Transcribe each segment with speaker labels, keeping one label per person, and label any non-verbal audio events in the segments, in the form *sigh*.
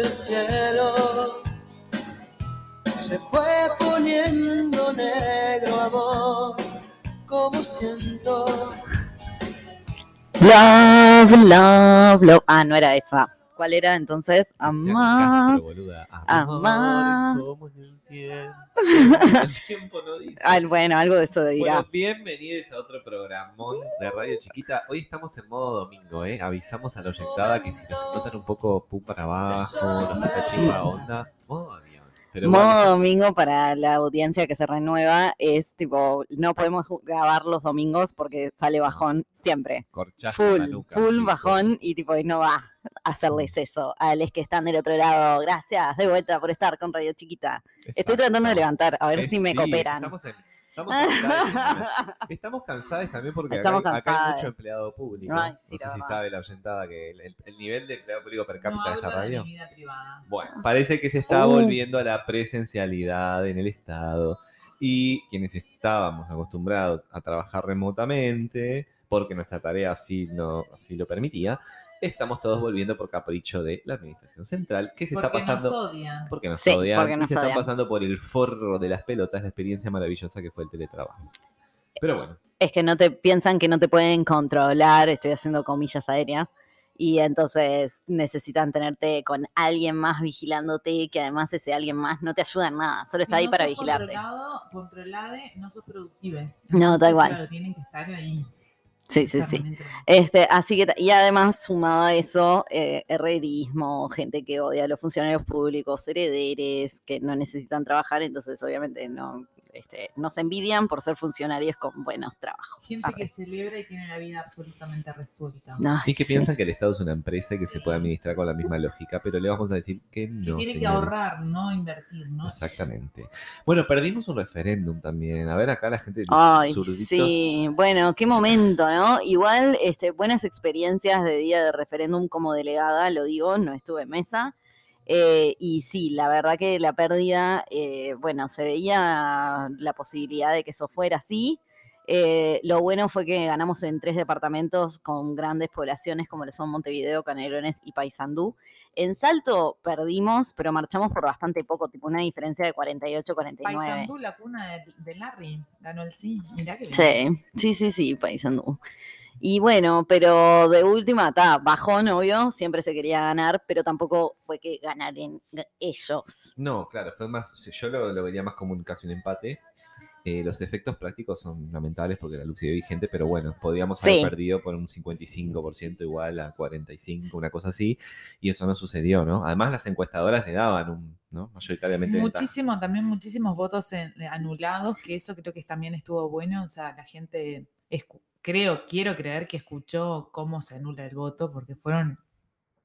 Speaker 1: el cielo se fue poniendo negro amor, como siento.
Speaker 2: Love, love, love. Ah, no era esa. ¿Cuál era entonces? Amar.
Speaker 3: Castro, boluda.
Speaker 2: Amor, Amar.
Speaker 3: ¿Cómo no entiendo? El tiempo no dice.
Speaker 2: Ah, bueno, algo de eso dirá.
Speaker 3: Bueno, bienvenidos a otro programón de Radio Chiquita. Hoy estamos en modo domingo, ¿eh? Avisamos a la oyentada que si nos notan un poco pum para abajo, nos toca chiva onda, modo avión. Pero
Speaker 2: Modo
Speaker 3: bueno,
Speaker 2: domingo para la audiencia que se renueva es tipo, no podemos ju- grabar los domingos porque sale bajón siempre.
Speaker 3: corchazo
Speaker 2: Full,
Speaker 3: maluca,
Speaker 2: full
Speaker 3: sí,
Speaker 2: bajón y tipo, y no va a hacerles eso. A los que están del otro lado, gracias de vuelta por estar con Radio Chiquita. Estoy
Speaker 3: pues. exacto.
Speaker 2: tratando de levantar, a ver
Speaker 3: Eh,
Speaker 2: si me
Speaker 3: sí,
Speaker 2: cooperan.
Speaker 3: Estamos, en- estamos
Speaker 2: *laughs*
Speaker 3: cansadas. Estamos cansadas también porque acá,
Speaker 2: Estamos
Speaker 3: hay- acá hay
Speaker 2: cansadas.
Speaker 3: mucho empleado público.
Speaker 2: Ay, sí,
Speaker 3: no sé
Speaker 2: la
Speaker 3: si
Speaker 2: verdad.
Speaker 3: sabe la oyentada que el, el- el nivel de empleado público per
Speaker 4: no
Speaker 3: cápita de
Speaker 4: hablo
Speaker 3: esta
Speaker 4: de
Speaker 3: radio.
Speaker 4: mi vida privada.
Speaker 3: Bueno, parece que se está
Speaker 2: Uh.
Speaker 3: volviendo a la presencialidad en el Estado y quienes estábamos acostumbrados a trabajar remotamente, porque nuestra tarea así, no, así lo permitía, estamos todos volviendo por capricho de la Administración Central, que se está
Speaker 4: Porque
Speaker 3: pasando...
Speaker 4: nos odian.
Speaker 3: Porque nos
Speaker 2: Sí,
Speaker 3: odian
Speaker 2: porque
Speaker 3: y
Speaker 2: nos
Speaker 3: se están
Speaker 2: odian.
Speaker 3: pasando por el forro de las pelotas la experiencia maravillosa que fue el teletrabajo. Pero bueno,
Speaker 2: Es que no te piensan que no te pueden controlar, estoy haciendo comillas aéreas, y entonces necesitan tenerte con alguien más vigilándote, que además ese alguien más no te ayuda en nada, solo está
Speaker 4: Si
Speaker 2: ahí
Speaker 4: no
Speaker 2: para
Speaker 4: sos
Speaker 2: vigilarte.
Speaker 4: controlado, controlade, no sos productive.
Speaker 2: No, tal cual.
Speaker 4: Claro, tienen que estar ahí.
Speaker 2: Sí, sí, sí.
Speaker 4: permanentemente.
Speaker 2: Este, así que, ta- y además, sumado a eso, eh, herrerismo, gente que odia a los funcionarios públicos, herederes, que no necesitan trabajar, entonces obviamente no, este, nos envidian por ser funcionarios con buenos trabajos.
Speaker 4: Gente
Speaker 2: Arre.
Speaker 4: que celebra y tiene la vida absolutamente resuelta.
Speaker 2: Ay,
Speaker 3: y que
Speaker 2: sí.
Speaker 3: piensan que el Estado es una empresa y que se
Speaker 4: Sí.
Speaker 3: puede administrar con la misma lógica, pero le vamos a decir que
Speaker 4: Que
Speaker 3: no.
Speaker 4: tiene que
Speaker 3: señores.
Speaker 4: ahorrar, no invertir, ¿no?
Speaker 3: Exactamente. Bueno, perdimos un referéndum también. A ver, acá la gente de los
Speaker 2: Ay,
Speaker 3: zurditos.
Speaker 2: sí, bueno, qué momento, ¿no? Igual, este, buenas experiencias de día de referéndum como delegada, lo digo, no estuve en mesa. Eh, y sí, la verdad que la pérdida, eh, bueno, se veía la posibilidad de que eso fuera así. Eh, lo bueno fue que ganamos en tres departamentos con grandes poblaciones como lo son Montevideo, Canelones y Paysandú. En Salto perdimos, pero marchamos por bastante poco, tipo una diferencia de 48-49.
Speaker 4: Paisandú, la cuna de, de Larry, ganó el sí. Mirá que bien.
Speaker 2: Sí, sí, sí, sí, Paysandú. Y bueno, pero de última, está, bajón, obvio, siempre se quería ganar, pero tampoco fue que ganaran ellos.
Speaker 3: No, claro, fue más. o sea, Yo lo, lo vería más como un, casi un empate. Eh, los efectos prácticos son lamentables porque la luz sigue vigente, pero bueno, podríamos
Speaker 2: Sí.
Speaker 3: haber perdido por un 55% igual a 45%, una cosa así, y eso no sucedió, ¿no? Además, las encuestadoras le daban un, ¿no? Mayoritariamente. ventaja.
Speaker 4: Muchísimo, también muchísimos votos en- eh, anulados, que eso creo que también estuvo bueno. O sea, la gente, escu- creo, quiero creer que escuchó cómo se anula el voto, porque fueron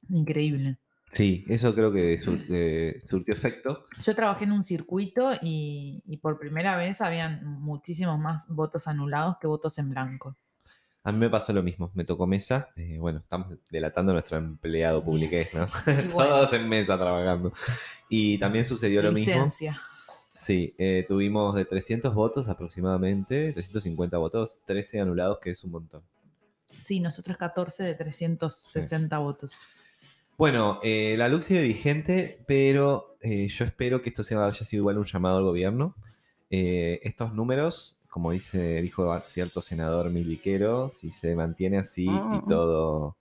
Speaker 4: increíbles.
Speaker 3: Sí, eso creo que sur- eh, surtió efecto.
Speaker 4: Yo trabajé en un circuito y, y por primera vez habían muchísimos más votos anulados que votos en blanco.
Speaker 3: *laughs* A mí me pasó lo mismo, me tocó mesa. eh, bueno, estamos delatando a nuestro empleado publiqués, ¿no?
Speaker 4: Y
Speaker 3: *laughs*
Speaker 4: bueno,
Speaker 3: Todos en mesa trabajando. Y también sucedió lo mismo.
Speaker 4: licencia.
Speaker 3: Sí, eh, tuvimos de 300 votos aproximadamente, 350 votos, 13 anulados, que es un montón.
Speaker 4: Sí, nosotros 14 de 360 votos.
Speaker 3: Bueno, eh, la luz sigue vigente, pero eh, yo espero que esto sea, haya sido igual un llamado al gobierno. Eh, estos números, como dice, dijo cierto senador miliquero, si se mantiene así
Speaker 2: Ah.
Speaker 3: y todo.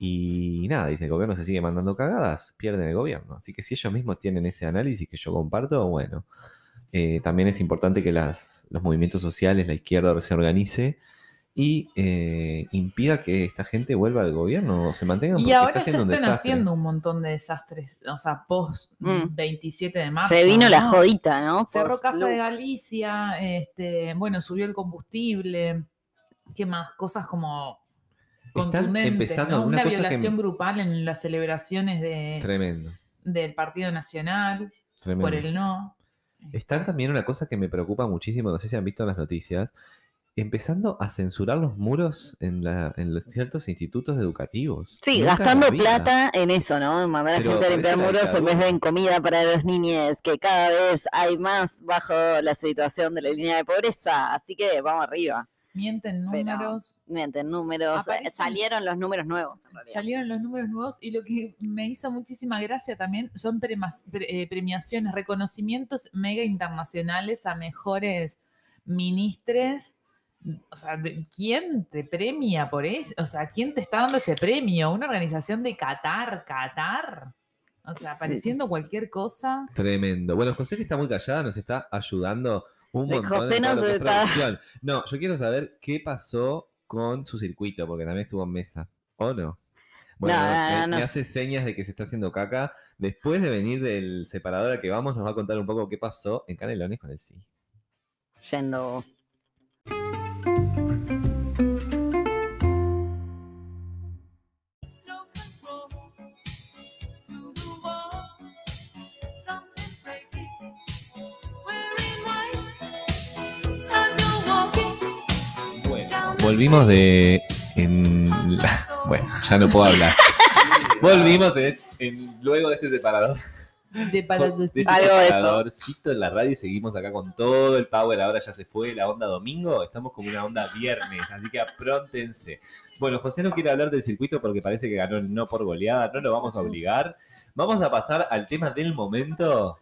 Speaker 3: Y nada, dice el gobierno se sigue mandando cagadas, pierden el gobierno. Así que si ellos mismos tienen ese análisis que yo comparto, bueno. Eh, también es importante que las, los movimientos sociales, la izquierda se organice y eh, impida que esta gente vuelva al gobierno o se mantenga
Speaker 4: Y
Speaker 3: porque
Speaker 4: ahora
Speaker 3: está
Speaker 4: ya
Speaker 3: haciendo un
Speaker 4: están
Speaker 3: desastre.
Speaker 4: haciendo un montón de desastres, o sea, post
Speaker 2: Mm.
Speaker 4: 27 de marzo.
Speaker 2: Se vino la
Speaker 4: ¿no?
Speaker 2: jodita, ¿no?
Speaker 4: Cerró
Speaker 2: Post
Speaker 4: Casa de
Speaker 2: Lu-
Speaker 4: Galicia, este, bueno, subió el combustible, ¿qué más? Cosas como
Speaker 3: Están
Speaker 4: contundentes,
Speaker 3: empezando
Speaker 4: ¿no?
Speaker 3: una
Speaker 4: una,
Speaker 3: cosa que
Speaker 4: violación
Speaker 3: me-
Speaker 4: grupal en las celebraciones de,
Speaker 3: Tremendo,
Speaker 4: del Partido Nacional
Speaker 3: tremendo.
Speaker 4: por el no.
Speaker 3: Están también una cosa que me preocupa muchísimo, no sé si han visto en las noticias, empezando a censurar los muros en, la- en los ciertos institutos educativos. Nunca
Speaker 2: Sí,
Speaker 3: en la
Speaker 2: gastando
Speaker 3: vida.
Speaker 2: plata en eso, ¿no? En mandar a
Speaker 3: Pero
Speaker 2: gente a limpiar
Speaker 3: parece la
Speaker 2: muros en vez de
Speaker 3: dictadura.
Speaker 2: en comida para los niñes, que cada vez hay más bajo la situación de la línea de pobreza. Así que vamos arriba.
Speaker 4: mienten
Speaker 2: Pero-
Speaker 4: números.
Speaker 2: Mienten números. eh,
Speaker 4: Aparecen-
Speaker 2: Salieron los números nuevos, en realidad.
Speaker 4: Salieron los números nuevos y lo que me hizo muchísima gracia también son premas- pre- eh, premiaciones, reconocimientos mega internacionales a mejores ministres. O sea, de- ¿quién te premia por eso? O sea, ¿quién te está dando ese premio? Una organización de Qatar, Qatar. O sea,
Speaker 2: Sí.
Speaker 4: pareciendo cualquier cosa.
Speaker 3: Tremendo. Bueno, José que está muy callada nos está ayudando un
Speaker 2: Eh,
Speaker 3: montón.
Speaker 2: José
Speaker 3: en todo
Speaker 2: nos
Speaker 3: lo que es
Speaker 2: está-
Speaker 3: producción. No, yo quiero saber qué pasó con su circuito, porque también estuvo en mesa. ¿O no? Bueno,
Speaker 2: No,
Speaker 3: me-
Speaker 2: no, no,
Speaker 3: me,
Speaker 2: no.
Speaker 3: hace señas de que se está haciendo caca. Después de venir del separador al que vamos, nos va a contar un poco qué pasó en Canelones con el sí.
Speaker 2: Yendo.
Speaker 5: no control through the wall. Something breaking. Wearing white as you're walking down the
Speaker 3: Volvimos de. En
Speaker 5: street.
Speaker 3: la- *laughs* Bueno, ya no puedo hablar. Volvimos en- en- luego de este separador.
Speaker 4: De para
Speaker 3: de este
Speaker 2: Algo de eso.
Speaker 3: separadorcito en la radio y seguimos acá con todo el power. Ahora ya se fue la onda domingo, estamos como una onda viernes, así que apróntense. Bueno, José no quiere hablar del circuito porque parece que ganó el no por goleada, no lo vamos a obligar. Vamos a pasar al tema del momento.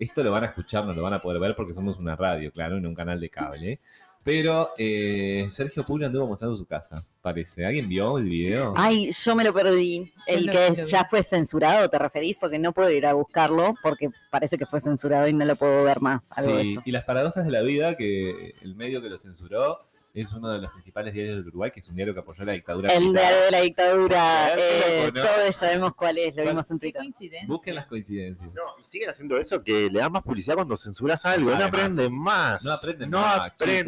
Speaker 3: Esto lo van a escuchar, no lo van a poder ver porque somos una radio, claro, y no un canal de cable. Pero eh, Sergio Pullo anduvo mostrando su casa, parece. ¿Alguien vio el video?
Speaker 2: Ay, yo me lo perdí.
Speaker 4: Yo
Speaker 2: El
Speaker 4: lo-
Speaker 2: que
Speaker 4: lo vi.
Speaker 2: ya fue censurado, ¿te referís? Porque no puedo ir a buscarlo porque parece que fue censurado y no lo puedo ver más. Algo de
Speaker 3: Sí,
Speaker 2: eso.
Speaker 3: y las paradojas de la vida, que el medio que lo censuró es uno de los principales diarios del Uruguay, que es un diario que apoyó la dictadura.
Speaker 2: El
Speaker 3: militar.
Speaker 2: diario de la dictadura,
Speaker 3: Claro,
Speaker 2: eh,
Speaker 3: ¿no?
Speaker 2: todos sabemos cuál es, lo
Speaker 3: Bueno.
Speaker 2: vimos en
Speaker 4: Qué
Speaker 2: Twitter.
Speaker 4: coincidencia.
Speaker 3: Busquen las coincidencias.
Speaker 6: No, y siguen haciendo eso que le dan más publicidad cuando censuras algo.
Speaker 3: Además,
Speaker 6: no aprenden más.
Speaker 3: No aprenden
Speaker 6: No
Speaker 3: más,
Speaker 6: aprenden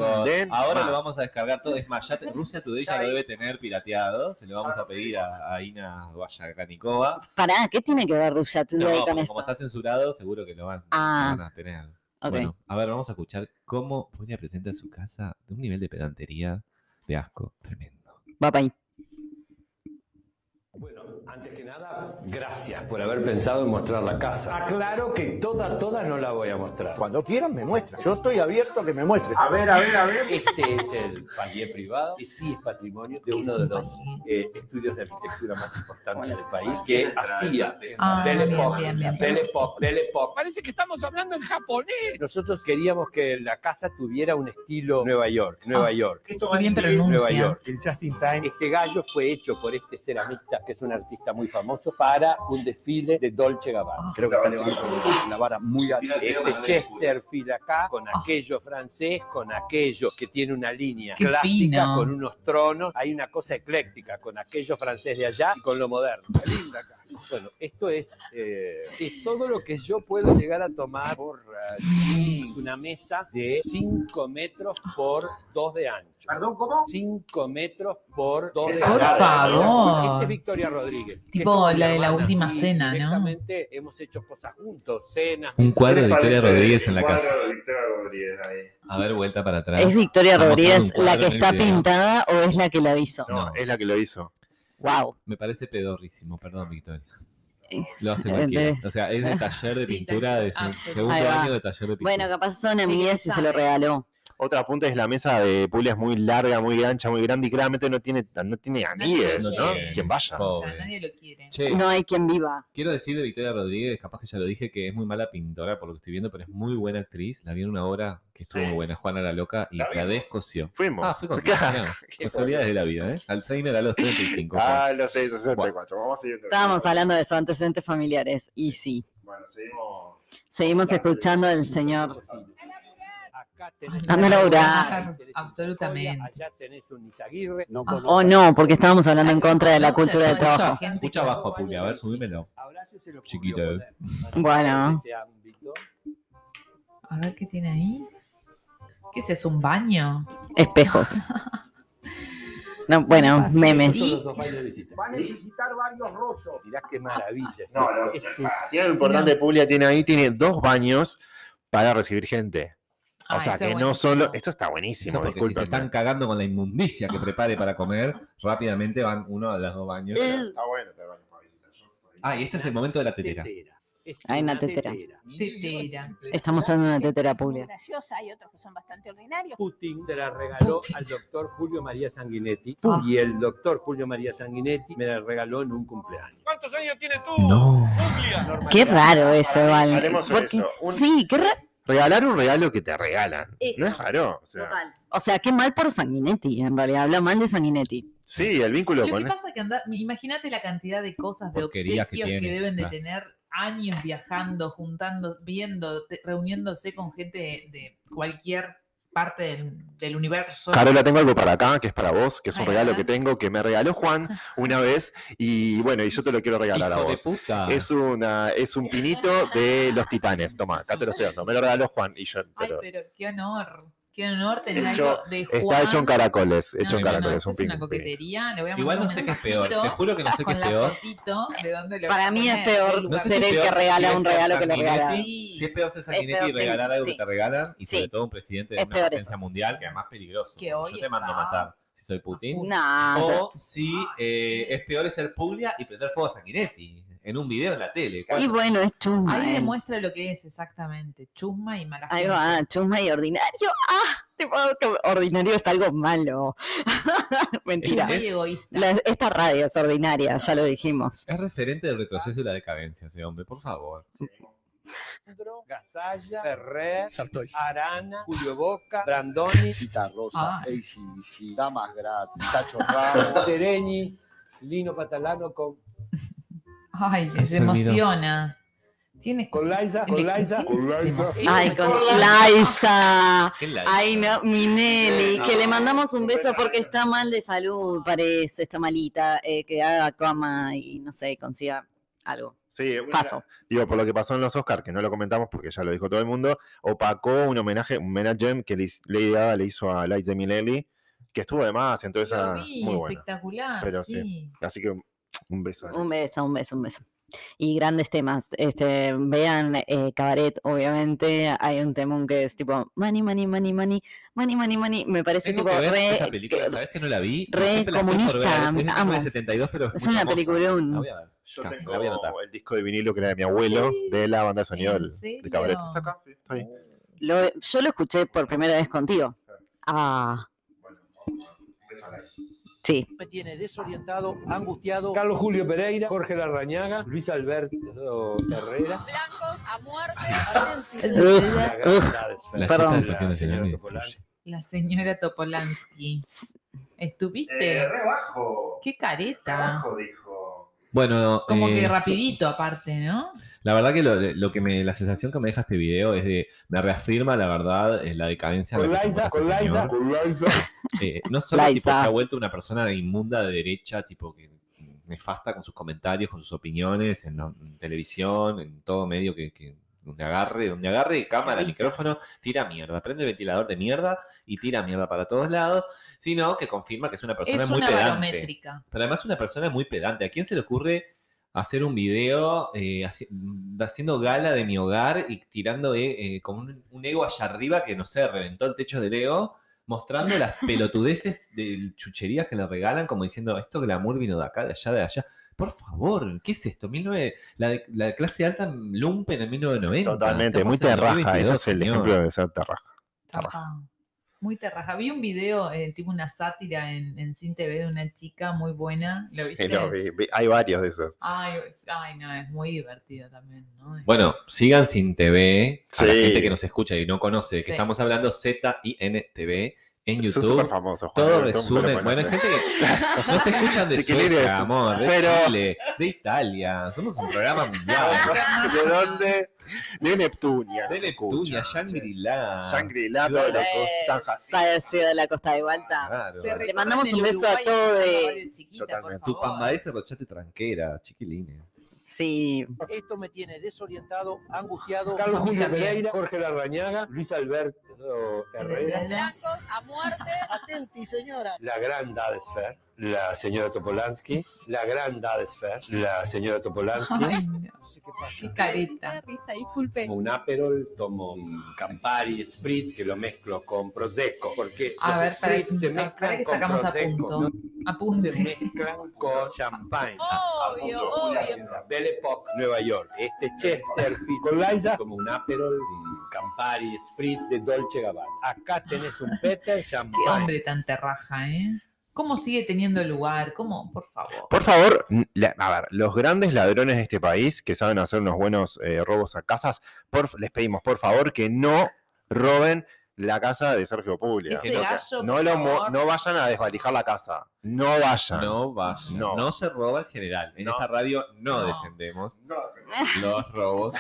Speaker 3: chicos. Ahora
Speaker 6: más.
Speaker 3: lo vamos a descargar todo. Es más, ya te- Rusia Today ya lo debe tener pirateado. Se lo vamos a pedir a, a Ina Guayaganikova.
Speaker 2: Pará, ¿qué tiene que ver Rusia
Speaker 3: No,
Speaker 2: Today con
Speaker 3: porque
Speaker 2: esto?
Speaker 3: como está censurado, seguro que lo van, lo
Speaker 2: Ah.
Speaker 3: van a tener.
Speaker 2: Ok.
Speaker 3: Bueno, a ver, vamos a escuchar cómo Julia presenta su casa de un nivel de pedantería de asco tremendo.
Speaker 2: Va pa' ahí.
Speaker 7: Bueno, antes que nada, gracias por haber pensado en mostrar la casa. Aclaro que toda, toda no la voy a mostrar.
Speaker 8: Cuando quieran me muestran. Yo estoy abierto a que me muestren.
Speaker 7: ver, a ver, a ver. Este es el palier privado, que sí es patrimonio de
Speaker 4: ¿Qué es
Speaker 7: uno de
Speaker 4: un
Speaker 7: los
Speaker 4: palier?
Speaker 7: eh, estudios de arquitectura más importantes del país, que hacía
Speaker 4: Ah,
Speaker 7: Belle
Speaker 4: bien,
Speaker 7: Époque,
Speaker 4: bien, bien, bien.
Speaker 7: Belle Époque, Belle Époque. Parece que estamos hablando en japonés. Nosotros queríamos que la casa tuviera un estilo Nueva York, Nueva
Speaker 4: Ah.
Speaker 7: York.
Speaker 4: Qué bien
Speaker 7: Nueva
Speaker 4: pronuncia.
Speaker 7: York. El Este gallo fue hecho por este ceramista, que es un artista muy famoso, para un desfile de Dolce
Speaker 4: Ah.
Speaker 7: Gabbana.
Speaker 8: Creo que acá le van a poner la vara muy alta.
Speaker 7: Este Chesterfield acá, con
Speaker 4: Ah.
Speaker 7: aquello francés, con aquello que tiene una línea
Speaker 4: Qué
Speaker 7: clásica,
Speaker 4: fino.
Speaker 7: con unos tronos. Hay una cosa ecléctica con aquello francés de allá y con lo moderno. Qué linda acá. Bueno, esto es, eh, es todo lo que yo puedo llegar a tomar por eh, una mesa de 5 metros por 2 de ancho.
Speaker 6: Perdón, ¿cómo?
Speaker 7: 5 metros por 2 de
Speaker 4: Por
Speaker 7: ancho.
Speaker 4: favor.
Speaker 7: Este es Victoria Rodríguez. que
Speaker 4: Tipo
Speaker 7: es como mi
Speaker 4: la de la
Speaker 7: hermana,
Speaker 4: última
Speaker 7: y
Speaker 4: cena, ¿no?
Speaker 7: directamente hemos hecho cosas juntos, cenas.
Speaker 3: Un cuadro de Victoria Rodríguez en la casa.
Speaker 9: cuadro de Victoria Rodríguez ahí.
Speaker 3: A ver, vuelta para atrás.
Speaker 2: ¿Es Victoria
Speaker 3: Ah, mostrando
Speaker 2: Rodríguez
Speaker 3: un
Speaker 2: la
Speaker 3: cuadro
Speaker 2: que
Speaker 3: en el
Speaker 2: está
Speaker 3: video.
Speaker 2: pintada o es la que la hizo?
Speaker 6: No,
Speaker 3: No.
Speaker 6: es la que lo hizo.
Speaker 2: Wow.
Speaker 3: Me parece pedorrísimo, perdón, Victoria.
Speaker 2: Eh,
Speaker 3: Lo hace
Speaker 2: eh,
Speaker 3: cualquiera.
Speaker 2: de-
Speaker 3: O sea, es de taller de
Speaker 4: Sí,
Speaker 3: pintura,
Speaker 4: tal-
Speaker 3: de se-
Speaker 4: ah,
Speaker 3: segundo
Speaker 2: Ahí va.
Speaker 3: año de taller de pintura.
Speaker 2: Bueno, capaz son amigas y se lo
Speaker 4: sabe.
Speaker 2: regaló.
Speaker 6: Otra punta es la mesa de Puglia es muy larga, muy ancha, muy grande y claramente no tiene, no tiene anillos,
Speaker 4: tiene
Speaker 6: ¿no?
Speaker 4: anillos.
Speaker 6: Quien vaya.
Speaker 3: Oh.
Speaker 4: O sea,
Speaker 3: Pobre.
Speaker 4: nadie lo quiere.
Speaker 3: Che,
Speaker 2: No hay quien viva.
Speaker 3: quiero decir de Victoria Rodríguez, capaz que ya lo dije, que es muy mala pintora por lo que estoy viendo, pero es muy buena actriz. La vi en una obra que estuvo
Speaker 9: Sí.
Speaker 3: muy buena, Juana la Loca, y
Speaker 9: La
Speaker 3: la,
Speaker 9: vimos.
Speaker 3: descoció.
Speaker 6: Fuimos.
Speaker 3: Ah,
Speaker 6: *laughs*
Speaker 10: *laughs*
Speaker 3: fue con
Speaker 6: Claro.
Speaker 3: mirá, *laughs* Casualidades de la vida, ¿eh? Alzheimer a los 35. Juan.
Speaker 9: Ah, los 664. Vamos siguiendo.
Speaker 2: Estábamos hablando de sus antecedentes familiares y sí.
Speaker 9: Bueno, seguimos.
Speaker 2: Seguimos escuchando al señor.
Speaker 7: Acá tenés-
Speaker 2: Anda a laburar.
Speaker 7: Acá tenés un
Speaker 4: Absolutamente.
Speaker 7: Goya, Allá tenés un Izaguirre.
Speaker 8: No,
Speaker 2: Oh no, porque estábamos hablando en contra de la cultura del
Speaker 4: Escucha,
Speaker 2: trabajo.
Speaker 4: gente
Speaker 3: Escucha
Speaker 4: que-
Speaker 3: abajo, Puglia, a ver, subímelo.
Speaker 7: Ahora sí se le ocurrió
Speaker 3: Chiquito,
Speaker 7: poner
Speaker 3: eh.
Speaker 2: Bueno.
Speaker 7: ese ámbito.
Speaker 4: A ver qué tiene ahí. ¿Qué es eso? ¿Un baño? *laughs*
Speaker 2: Espejos. No, bueno, memes.
Speaker 7: Son los dos baños de visita. Mirá qué maravilla. es
Speaker 9: No,
Speaker 7: esto.
Speaker 9: no,
Speaker 7: Es un-
Speaker 9: pará.
Speaker 6: Tiene algo importante Puglia tiene ahí, tiene dos baños para recibir gente. O
Speaker 4: Ah,
Speaker 6: sea
Speaker 4: eso
Speaker 6: que
Speaker 4: es
Speaker 6: no
Speaker 4: buenísimo.
Speaker 6: solo. Esto está
Speaker 3: Eso
Speaker 6: buenísimo,
Speaker 3: porque si se
Speaker 6: disculpen.
Speaker 3: están cagando con la inmundicia que prepare para comer, rápidamente van uno a los dos baños.
Speaker 2: Eh,
Speaker 9: Está bueno, está bueno. Fabi, está yo.
Speaker 3: Ah, y este es el momento de la tetera.
Speaker 7: tetera. Es
Speaker 2: Hay una tetera.
Speaker 4: Tetera.
Speaker 2: Está mostrando una tetera pública.
Speaker 1: Graciosa, hay otros que son bastante ordinarios.
Speaker 7: Putin se la regaló al doctor Julio María Sanguinetti
Speaker 4: Ah.
Speaker 7: y el doctor Julio María Sanguinetti me la regaló en un cumpleaños.
Speaker 11: ¿Cuántos años tienes tú?
Speaker 3: No.
Speaker 2: Qué raro eso, Val.
Speaker 11: Haremos
Speaker 2: ¿Por qué?
Speaker 11: eso. Un-
Speaker 2: Sí, qué raro.
Speaker 10: Regalar un regalo que te regalan.
Speaker 2: Eso.
Speaker 10: No es raro. O sea,
Speaker 2: O sea, qué mal por Sanguinetti, en realidad. Habla mal de Sanguinetti.
Speaker 10: sí, el vínculo
Speaker 4: Lo que
Speaker 10: con
Speaker 4: pasa es que anda, imagínate la cantidad de cosas, de
Speaker 3: Porquerías
Speaker 4: obsequios
Speaker 3: que
Speaker 4: que,
Speaker 3: tiene,
Speaker 4: deben de
Speaker 3: claro.
Speaker 4: tener años viajando, juntando, viendo, te- reuniéndose con gente de, de cualquier parte del, del universo.
Speaker 10: Carola, tengo algo para acá, que es para vos, que es un
Speaker 4: Ay,
Speaker 10: regalo
Speaker 4: ajá.
Speaker 10: que tengo, que me regaló Juan una vez, y bueno, y yo te lo quiero regalar a
Speaker 3: Hijo de
Speaker 10: vos.
Speaker 3: puta.
Speaker 10: Es, una, es un pinito de los titanes. Toma, acá te lo estoy dando. Me lo regaló Juan y yo te
Speaker 4: Ay,
Speaker 10: lo-
Speaker 4: pero qué honor. Qué honor tener
Speaker 10: Hecho-
Speaker 4: algo de Juan.
Speaker 10: Está hecho en caracoles. Hecho
Speaker 4: No,
Speaker 10: en
Speaker 4: no, no,
Speaker 10: caracoles.
Speaker 4: esto
Speaker 10: un
Speaker 4: es
Speaker 10: pin-
Speaker 4: una coquetería. Le voy a mandar
Speaker 3: Igual
Speaker 4: un
Speaker 3: no sé qué es peor.
Speaker 4: mensajito
Speaker 3: Te juro que no sé qué es
Speaker 4: con la
Speaker 3: peor.
Speaker 4: fotito de dónde lo
Speaker 2: Para mí es
Speaker 4: pone,
Speaker 2: peor
Speaker 4: del
Speaker 3: No
Speaker 4: lugar.
Speaker 3: sé
Speaker 2: ser
Speaker 3: si
Speaker 2: el
Speaker 3: peor
Speaker 2: que
Speaker 3: si
Speaker 2: regala
Speaker 3: es
Speaker 2: un
Speaker 3: ser
Speaker 2: regalo que le
Speaker 3: Sanguinetti,
Speaker 2: regala.
Speaker 4: Sí.
Speaker 3: Si es peor ser
Speaker 2: Es
Speaker 3: Sanguinetti
Speaker 2: peor,
Speaker 3: y
Speaker 2: sí,
Speaker 3: regalar algo
Speaker 2: sí.
Speaker 3: que te regalan, y sobre
Speaker 2: Sí.
Speaker 3: todo un presidente de
Speaker 2: Es
Speaker 3: una
Speaker 2: peor
Speaker 3: potencia
Speaker 2: eso.
Speaker 3: mundial, que además es peligroso.
Speaker 4: Que
Speaker 3: Yo
Speaker 4: hoy
Speaker 3: te mando a
Speaker 4: está-
Speaker 3: matar si soy Putin.
Speaker 2: Nah.
Speaker 11: Oh,
Speaker 3: O si eh, es peor es ser Puglia y prender fuego a Sanguinetti en un video en la tele.
Speaker 2: Y bueno, es chusma.
Speaker 4: Ahí
Speaker 2: él.
Speaker 4: demuestra lo que es exactamente. Chusma y mala
Speaker 2: Ahí
Speaker 4: gente.
Speaker 2: va, chusma y ordinario. ¡Ah! Te puedo- que ordinario está algo malo. *laughs*
Speaker 4: Es
Speaker 2: Mentira.
Speaker 4: muy egoísta.
Speaker 2: La- esta radio es ordinaria, ya lo dijimos.
Speaker 3: Es referente del retroceso y la decadencia ese hombre, por favor.
Speaker 7: Alejandro, Gasalla, Ferrer, Arana, Julio Boca, Brandoni,
Speaker 8: Cita Rosa,
Speaker 4: Ah.
Speaker 8: Ey, sí, sí, Damas Gratis, Sacho Ramos.
Speaker 7: Sereni, Lino Catalano con,
Speaker 4: Ay, se
Speaker 3: Ay, se olvidó.
Speaker 4: emociona. Tiene
Speaker 7: con Liza,
Speaker 4: le-
Speaker 7: con Liza.
Speaker 4: tiene- se
Speaker 11: Con Liza.
Speaker 4: emociona.
Speaker 2: Ay, con
Speaker 4: Hola.
Speaker 2: Liza.
Speaker 3: ¿Qué like?
Speaker 2: Ay, no, Minelli,
Speaker 3: Eh,
Speaker 11: Sí,
Speaker 2: que
Speaker 11: no,
Speaker 2: le mandamos un
Speaker 11: no,
Speaker 2: beso
Speaker 11: no,
Speaker 2: porque
Speaker 11: no.
Speaker 2: está mal de salud, parece, está malita, eh, que haga cama y no sé, consiga algo.
Speaker 10: Sí, bueno,
Speaker 2: Paso.
Speaker 10: Digo, por lo que pasó en los Oscars, que no lo comentamos porque ya lo dijo todo el mundo, opacó un homenaje, un homenaje que le hiz- Lady Gaga le hizo a Light Milelli, que estuvo de más, entonces
Speaker 4: Lo
Speaker 10: ah,
Speaker 4: vi,
Speaker 10: muy bueno.
Speaker 4: espectacular.
Speaker 10: Pero sí.
Speaker 4: sí.
Speaker 10: Así que un beso. a
Speaker 2: Un
Speaker 10: Liza.
Speaker 2: beso, un beso, un beso. Y grandes temas. Este, vean eh, Cabaret, obviamente. Hay un temón que es tipo money, money, money, money, money, money, money. Me parece
Speaker 3: Tengo
Speaker 2: tipo
Speaker 3: que ver
Speaker 2: re-
Speaker 3: esa película,
Speaker 2: que-
Speaker 3: ¿sabes que no la vi?
Speaker 2: re
Speaker 3: Siempre la estoy por ver,
Speaker 2: comunista,
Speaker 3: es de
Speaker 2: amo.
Speaker 3: 1972, pero es,
Speaker 2: Es
Speaker 3: muy
Speaker 2: una
Speaker 3: famosa.
Speaker 2: peliculón.
Speaker 3: La voy a ver.
Speaker 11: Yo
Speaker 3: Está,
Speaker 11: tengo
Speaker 3: la voy a anotar.
Speaker 10: El disco de vinilo que era de mi abuelo, de la banda de sonido
Speaker 4: ¿En
Speaker 10: del- de Cabaret.
Speaker 4: serio?
Speaker 10: ¿Está acá? Sí, está ahí.
Speaker 2: lo- yo lo escuché por primera vez contigo. Ah, sí.
Speaker 8: Me tiene desorientado, angustiado.
Speaker 7: Carlos Julio Pereira, Jorge Larrañaga, Luis Alberto Herrera.
Speaker 1: Blancos a muerte.
Speaker 2: Ugh, ugh.
Speaker 3: La
Speaker 2: Perdón.
Speaker 3: chica del Partido
Speaker 7: La
Speaker 3: Nacional
Speaker 7: señora
Speaker 3: me
Speaker 7: Topolán.
Speaker 3: destruye.
Speaker 4: La señora Topolansky. ¿Estuviste?
Speaker 11: Eh, re bajo.
Speaker 4: Qué
Speaker 11: Re
Speaker 4: careta.
Speaker 11: bajo, dijo.
Speaker 3: Bueno,
Speaker 4: Como
Speaker 3: eh,
Speaker 4: que rapidito aparte, ¿no?
Speaker 3: La verdad que lo, lo que me, la sensación que me deja este video es de, me reafirma la verdad eh, la decadencia de
Speaker 7: Con
Speaker 3: la que se
Speaker 7: Liza,
Speaker 3: encuentra
Speaker 7: con
Speaker 3: este
Speaker 7: Liza,
Speaker 3: señor.
Speaker 11: Con Liza.
Speaker 3: Eh, no solo tipo, se
Speaker 2: Liza.
Speaker 3: ha vuelto una persona inmunda de derecha, tipo que nefasta con sus comentarios, con sus opiniones, en, la- en televisión, en todo medio que, que- donde agarre, donde agarre cámara,
Speaker 4: Rita.
Speaker 3: micrófono, tira mierda, prende el ventilador de mierda y tira mierda para todos lados, sino que confirma que es una persona
Speaker 4: es
Speaker 3: muy
Speaker 4: una
Speaker 3: pedante.
Speaker 4: barométrica.
Speaker 3: Pero además una persona muy pedante. ¿A quién se le ocurre hacer un video eh, haci- mm, haciendo gala de mi hogar y tirando eh, eh, con un, un ego allá arriba que, no sé, reventó el techo del ego, mostrando
Speaker 10: *laughs*
Speaker 3: las pelotudeces de chucherías que le regalan, como diciendo, esto glamour vino de acá, de allá, de allá. Por favor, ¿qué es esto? 19 la, de- la clase alta lumpen en 1990.
Speaker 10: Totalmente,
Speaker 3: Estamos
Speaker 10: muy
Speaker 3: en el
Speaker 10: terraja. Ese
Speaker 3: 2022,
Speaker 10: es el
Speaker 3: señor.
Speaker 10: ejemplo de ser terraja. Tarraja.
Speaker 4: Papá. Muy terraja. Vi un video, eh, tipo una sátira en, en Cine TV de una chica muy buena. ¿Lo viste?
Speaker 10: Sí, lo vi, vi- Hay varios de esos.
Speaker 4: Ay, ay, no, es muy divertido también, ¿no?
Speaker 3: Bueno, sigan sin TV. A la
Speaker 10: Sí.
Speaker 3: gente que nos escucha y no conoce, que
Speaker 4: Sí.
Speaker 3: estamos hablando Z-I-N-TV en
Speaker 10: Son súper
Speaker 3: YouTube.
Speaker 10: famosos. Juan,
Speaker 3: Todo
Speaker 10: el mundo lo
Speaker 3: resume. Bueno, hay
Speaker 10: conoce.
Speaker 3: gente que no se escuchan de
Speaker 10: Si querés,
Speaker 3: Suecia, amor, de
Speaker 10: pero-
Speaker 3: Chile, de Italia. Somos un programa mundial.
Speaker 10: ¿De dónde? De Neptunia.
Speaker 3: De
Speaker 10: se
Speaker 3: Neptunia,
Speaker 10: escucha.
Speaker 3: Shangri-La.
Speaker 10: Shangri-La,
Speaker 3: Ciudad
Speaker 10: todo lo
Speaker 3: de-
Speaker 10: que- San Jacinto.
Speaker 2: Sabe, sí, de la Costa de Balta.
Speaker 3: Claro.
Speaker 4: Se recorren
Speaker 2: mandamos
Speaker 4: el
Speaker 2: un beso a
Speaker 4: Uruguay
Speaker 2: todos.
Speaker 4: escuchando radio chiquita, por
Speaker 10: Totalmente.
Speaker 3: Tu
Speaker 4: favor.
Speaker 3: pambaesa, rochate tranquera, chiquilines.
Speaker 2: Sí.
Speaker 8: Esto me tiene desorientado, angustiado.
Speaker 7: Carlos Julio
Speaker 4: también.
Speaker 7: Pereira, Jorge Larrañaga, Luis Alberto Herrera.
Speaker 1: Blancos a muerte.
Speaker 8: Atenti, señora.
Speaker 7: La gran Dalsfer, la señora Topolansky, la gran Dalsfer, la señora Topolansky,
Speaker 4: Ay, no,
Speaker 7: no sé qué pasa.
Speaker 4: qué careta.
Speaker 12: Risa, disculpe.
Speaker 7: Tomo un Aperol, tomo un Campari Spritz que lo mezclo con Prosecco, porque
Speaker 4: A
Speaker 7: los
Speaker 4: ver, para,
Speaker 7: Spritz se
Speaker 4: para,
Speaker 7: mezclan
Speaker 4: que
Speaker 7: con
Speaker 4: sacamos a
Speaker 7: Prosecco,
Speaker 4: punto.
Speaker 7: no se
Speaker 4: Apunte. *laughs*
Speaker 7: mezclan con champagne.
Speaker 12: Obvio, obvio.
Speaker 7: Belle Époque, Nueva York. Este Chesterfield con Liza, como un Aperol, un Campari Spritz de Dolce Gabbana. Acá tenés un Peter
Speaker 4: Qué
Speaker 7: Champagne.
Speaker 4: hombre tan terraja, ¿eh? ¿Cómo sigue teniendo lugar? ¿Cómo? Por favor.
Speaker 6: Por favor, n- la- a ver, los grandes ladrones de este país que saben hacer unos buenos eh, robos a casas, por, les pedimos por favor que no roben la casa de Sergio Puglia.
Speaker 4: Ese
Speaker 6: Que no-
Speaker 4: gallo,
Speaker 6: no,
Speaker 4: por
Speaker 6: lo mo-
Speaker 4: favor.
Speaker 6: no vayan a desvalijar la casa. No vayan.
Speaker 3: No vaya.
Speaker 6: No.
Speaker 3: No. se roba en general. En
Speaker 6: No.
Speaker 3: esta radio no,
Speaker 4: No.
Speaker 3: defendemos
Speaker 9: No, pero
Speaker 3: los robos.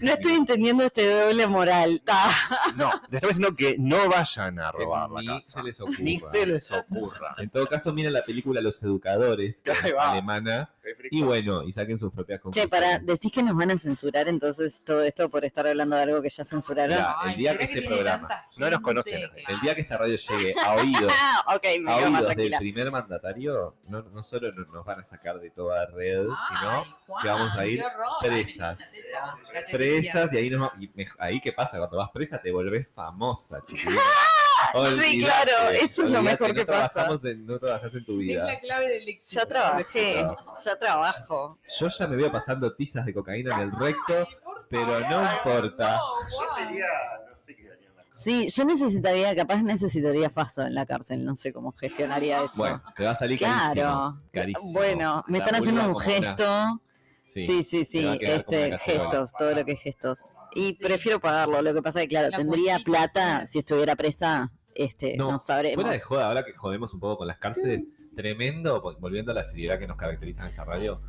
Speaker 2: No estoy entendiendo este doble moral. ta.
Speaker 6: No, le estamos diciendo que no vayan a
Speaker 3: que
Speaker 6: robar
Speaker 3: ni
Speaker 6: la casa.
Speaker 3: se les ocurra.
Speaker 6: Ni se les ocurra.
Speaker 3: En todo caso, miren la película Los Educadores
Speaker 6: *laughs* Ahí
Speaker 3: eh,
Speaker 6: va.
Speaker 3: alemana. Y bueno, y saquen sus propias
Speaker 2: Che,
Speaker 3: conclusiones.
Speaker 2: para, decís que nos van a censurar entonces todo esto por estar hablando de algo que ya censuraron.
Speaker 3: Ya, el día
Speaker 4: ¿será
Speaker 3: que este
Speaker 4: tiene
Speaker 3: programa
Speaker 4: tanta
Speaker 6: no nos
Speaker 4: gente?
Speaker 6: conocen, el
Speaker 3: El día que esta radio llegue a oídos,
Speaker 2: Ah, ok, *laughs* me
Speaker 3: a
Speaker 2: quedo más
Speaker 3: oídos del
Speaker 2: tranquila.
Speaker 3: primer mandatario, no, no solo no- nos van a sacar de toda red, sino
Speaker 4: Ay, Juan,
Speaker 3: que vamos a ir
Speaker 4: qué horror.
Speaker 3: presas.
Speaker 4: Ay, me gusta esta categoría.
Speaker 3: presas y ahí, nos va- y me- ahí qué pasa, cuando vas presa te volvés famosa, chiquilina.
Speaker 2: *laughs* Sí, claro,
Speaker 3: Olvídate,
Speaker 2: eso es lo
Speaker 3: olvídate,
Speaker 2: mejor
Speaker 3: no
Speaker 2: que pasa.
Speaker 3: trabajamos en- no trabajas en tu
Speaker 4: Es
Speaker 3: vida.
Speaker 4: la clave del éxito.
Speaker 2: Yo trabajé, yo trabajo.
Speaker 3: Yo ya me veo pasando tizas de cocaína en el recto,
Speaker 4: Ay, por
Speaker 3: pero no
Speaker 4: favor,
Speaker 3: importa.
Speaker 4: no,
Speaker 9: yo
Speaker 4: Juan.
Speaker 9: sería, no sé qué haría en la casa.
Speaker 2: Sí, yo necesitaría, capaz necesitaría paso en la cárcel, no sé cómo gestionaría eso.
Speaker 3: bueno, te va a salir
Speaker 2: claro.
Speaker 3: carísimo. carísimo.
Speaker 2: Bueno, me
Speaker 3: La
Speaker 2: están haciendo
Speaker 3: vulva
Speaker 2: un
Speaker 3: como una-
Speaker 2: gesto.
Speaker 3: Sí.
Speaker 2: Sí, sí, sí,
Speaker 3: te va a quedar como
Speaker 2: este,
Speaker 3: una cacerola.
Speaker 2: gestos, todo lo que es gestos. Y
Speaker 4: Sí.
Speaker 2: prefiero pagarlo, lo que pasa es que, claro,
Speaker 4: La
Speaker 2: tendría
Speaker 4: cuotita,
Speaker 2: plata,
Speaker 4: sí.
Speaker 2: si estuviera presa, este, no,
Speaker 3: No,
Speaker 2: sabremos.
Speaker 3: Fuera de joda, ahora que jodemos un poco con las cárceles,
Speaker 13: Mm.
Speaker 3: tremendo, vol- volviendo a la seriedad que nos caracteriza en esta radio,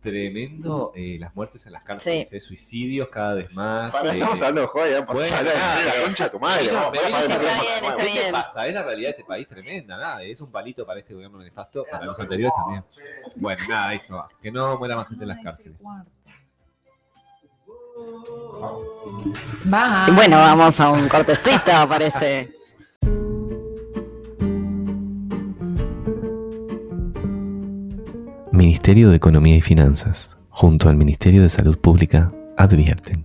Speaker 3: tremendo eh, las muertes en las cárceles, eh, suicidios cada vez más.
Speaker 6: Para,
Speaker 3: eh,
Speaker 6: estamos hablando de joya, ya
Speaker 3: Bueno,
Speaker 6: pasado la-
Speaker 3: nada.
Speaker 6: la concha de tu madre.
Speaker 3: No,
Speaker 6: vamos,
Speaker 3: pero
Speaker 6: vamos a
Speaker 3: está
Speaker 6: ver la
Speaker 3: bien,
Speaker 6: próxima.
Speaker 2: está
Speaker 6: Bueno,
Speaker 3: ¿Qué
Speaker 2: bien.
Speaker 3: pasa? Es la realidad de este país tremenda, nada, es un palito para este gobierno nefasto, para los anteriores también. Bueno, nada, eso va. Que no muera más gente en las
Speaker 4: Ay,
Speaker 3: cárceles.
Speaker 4: ese cuarto. Bye.
Speaker 2: Bueno, vamos a un cortecito, parece.
Speaker 3: Ministerio de Economía y Finanzas, junto al Ministerio de Salud Pública, advierten,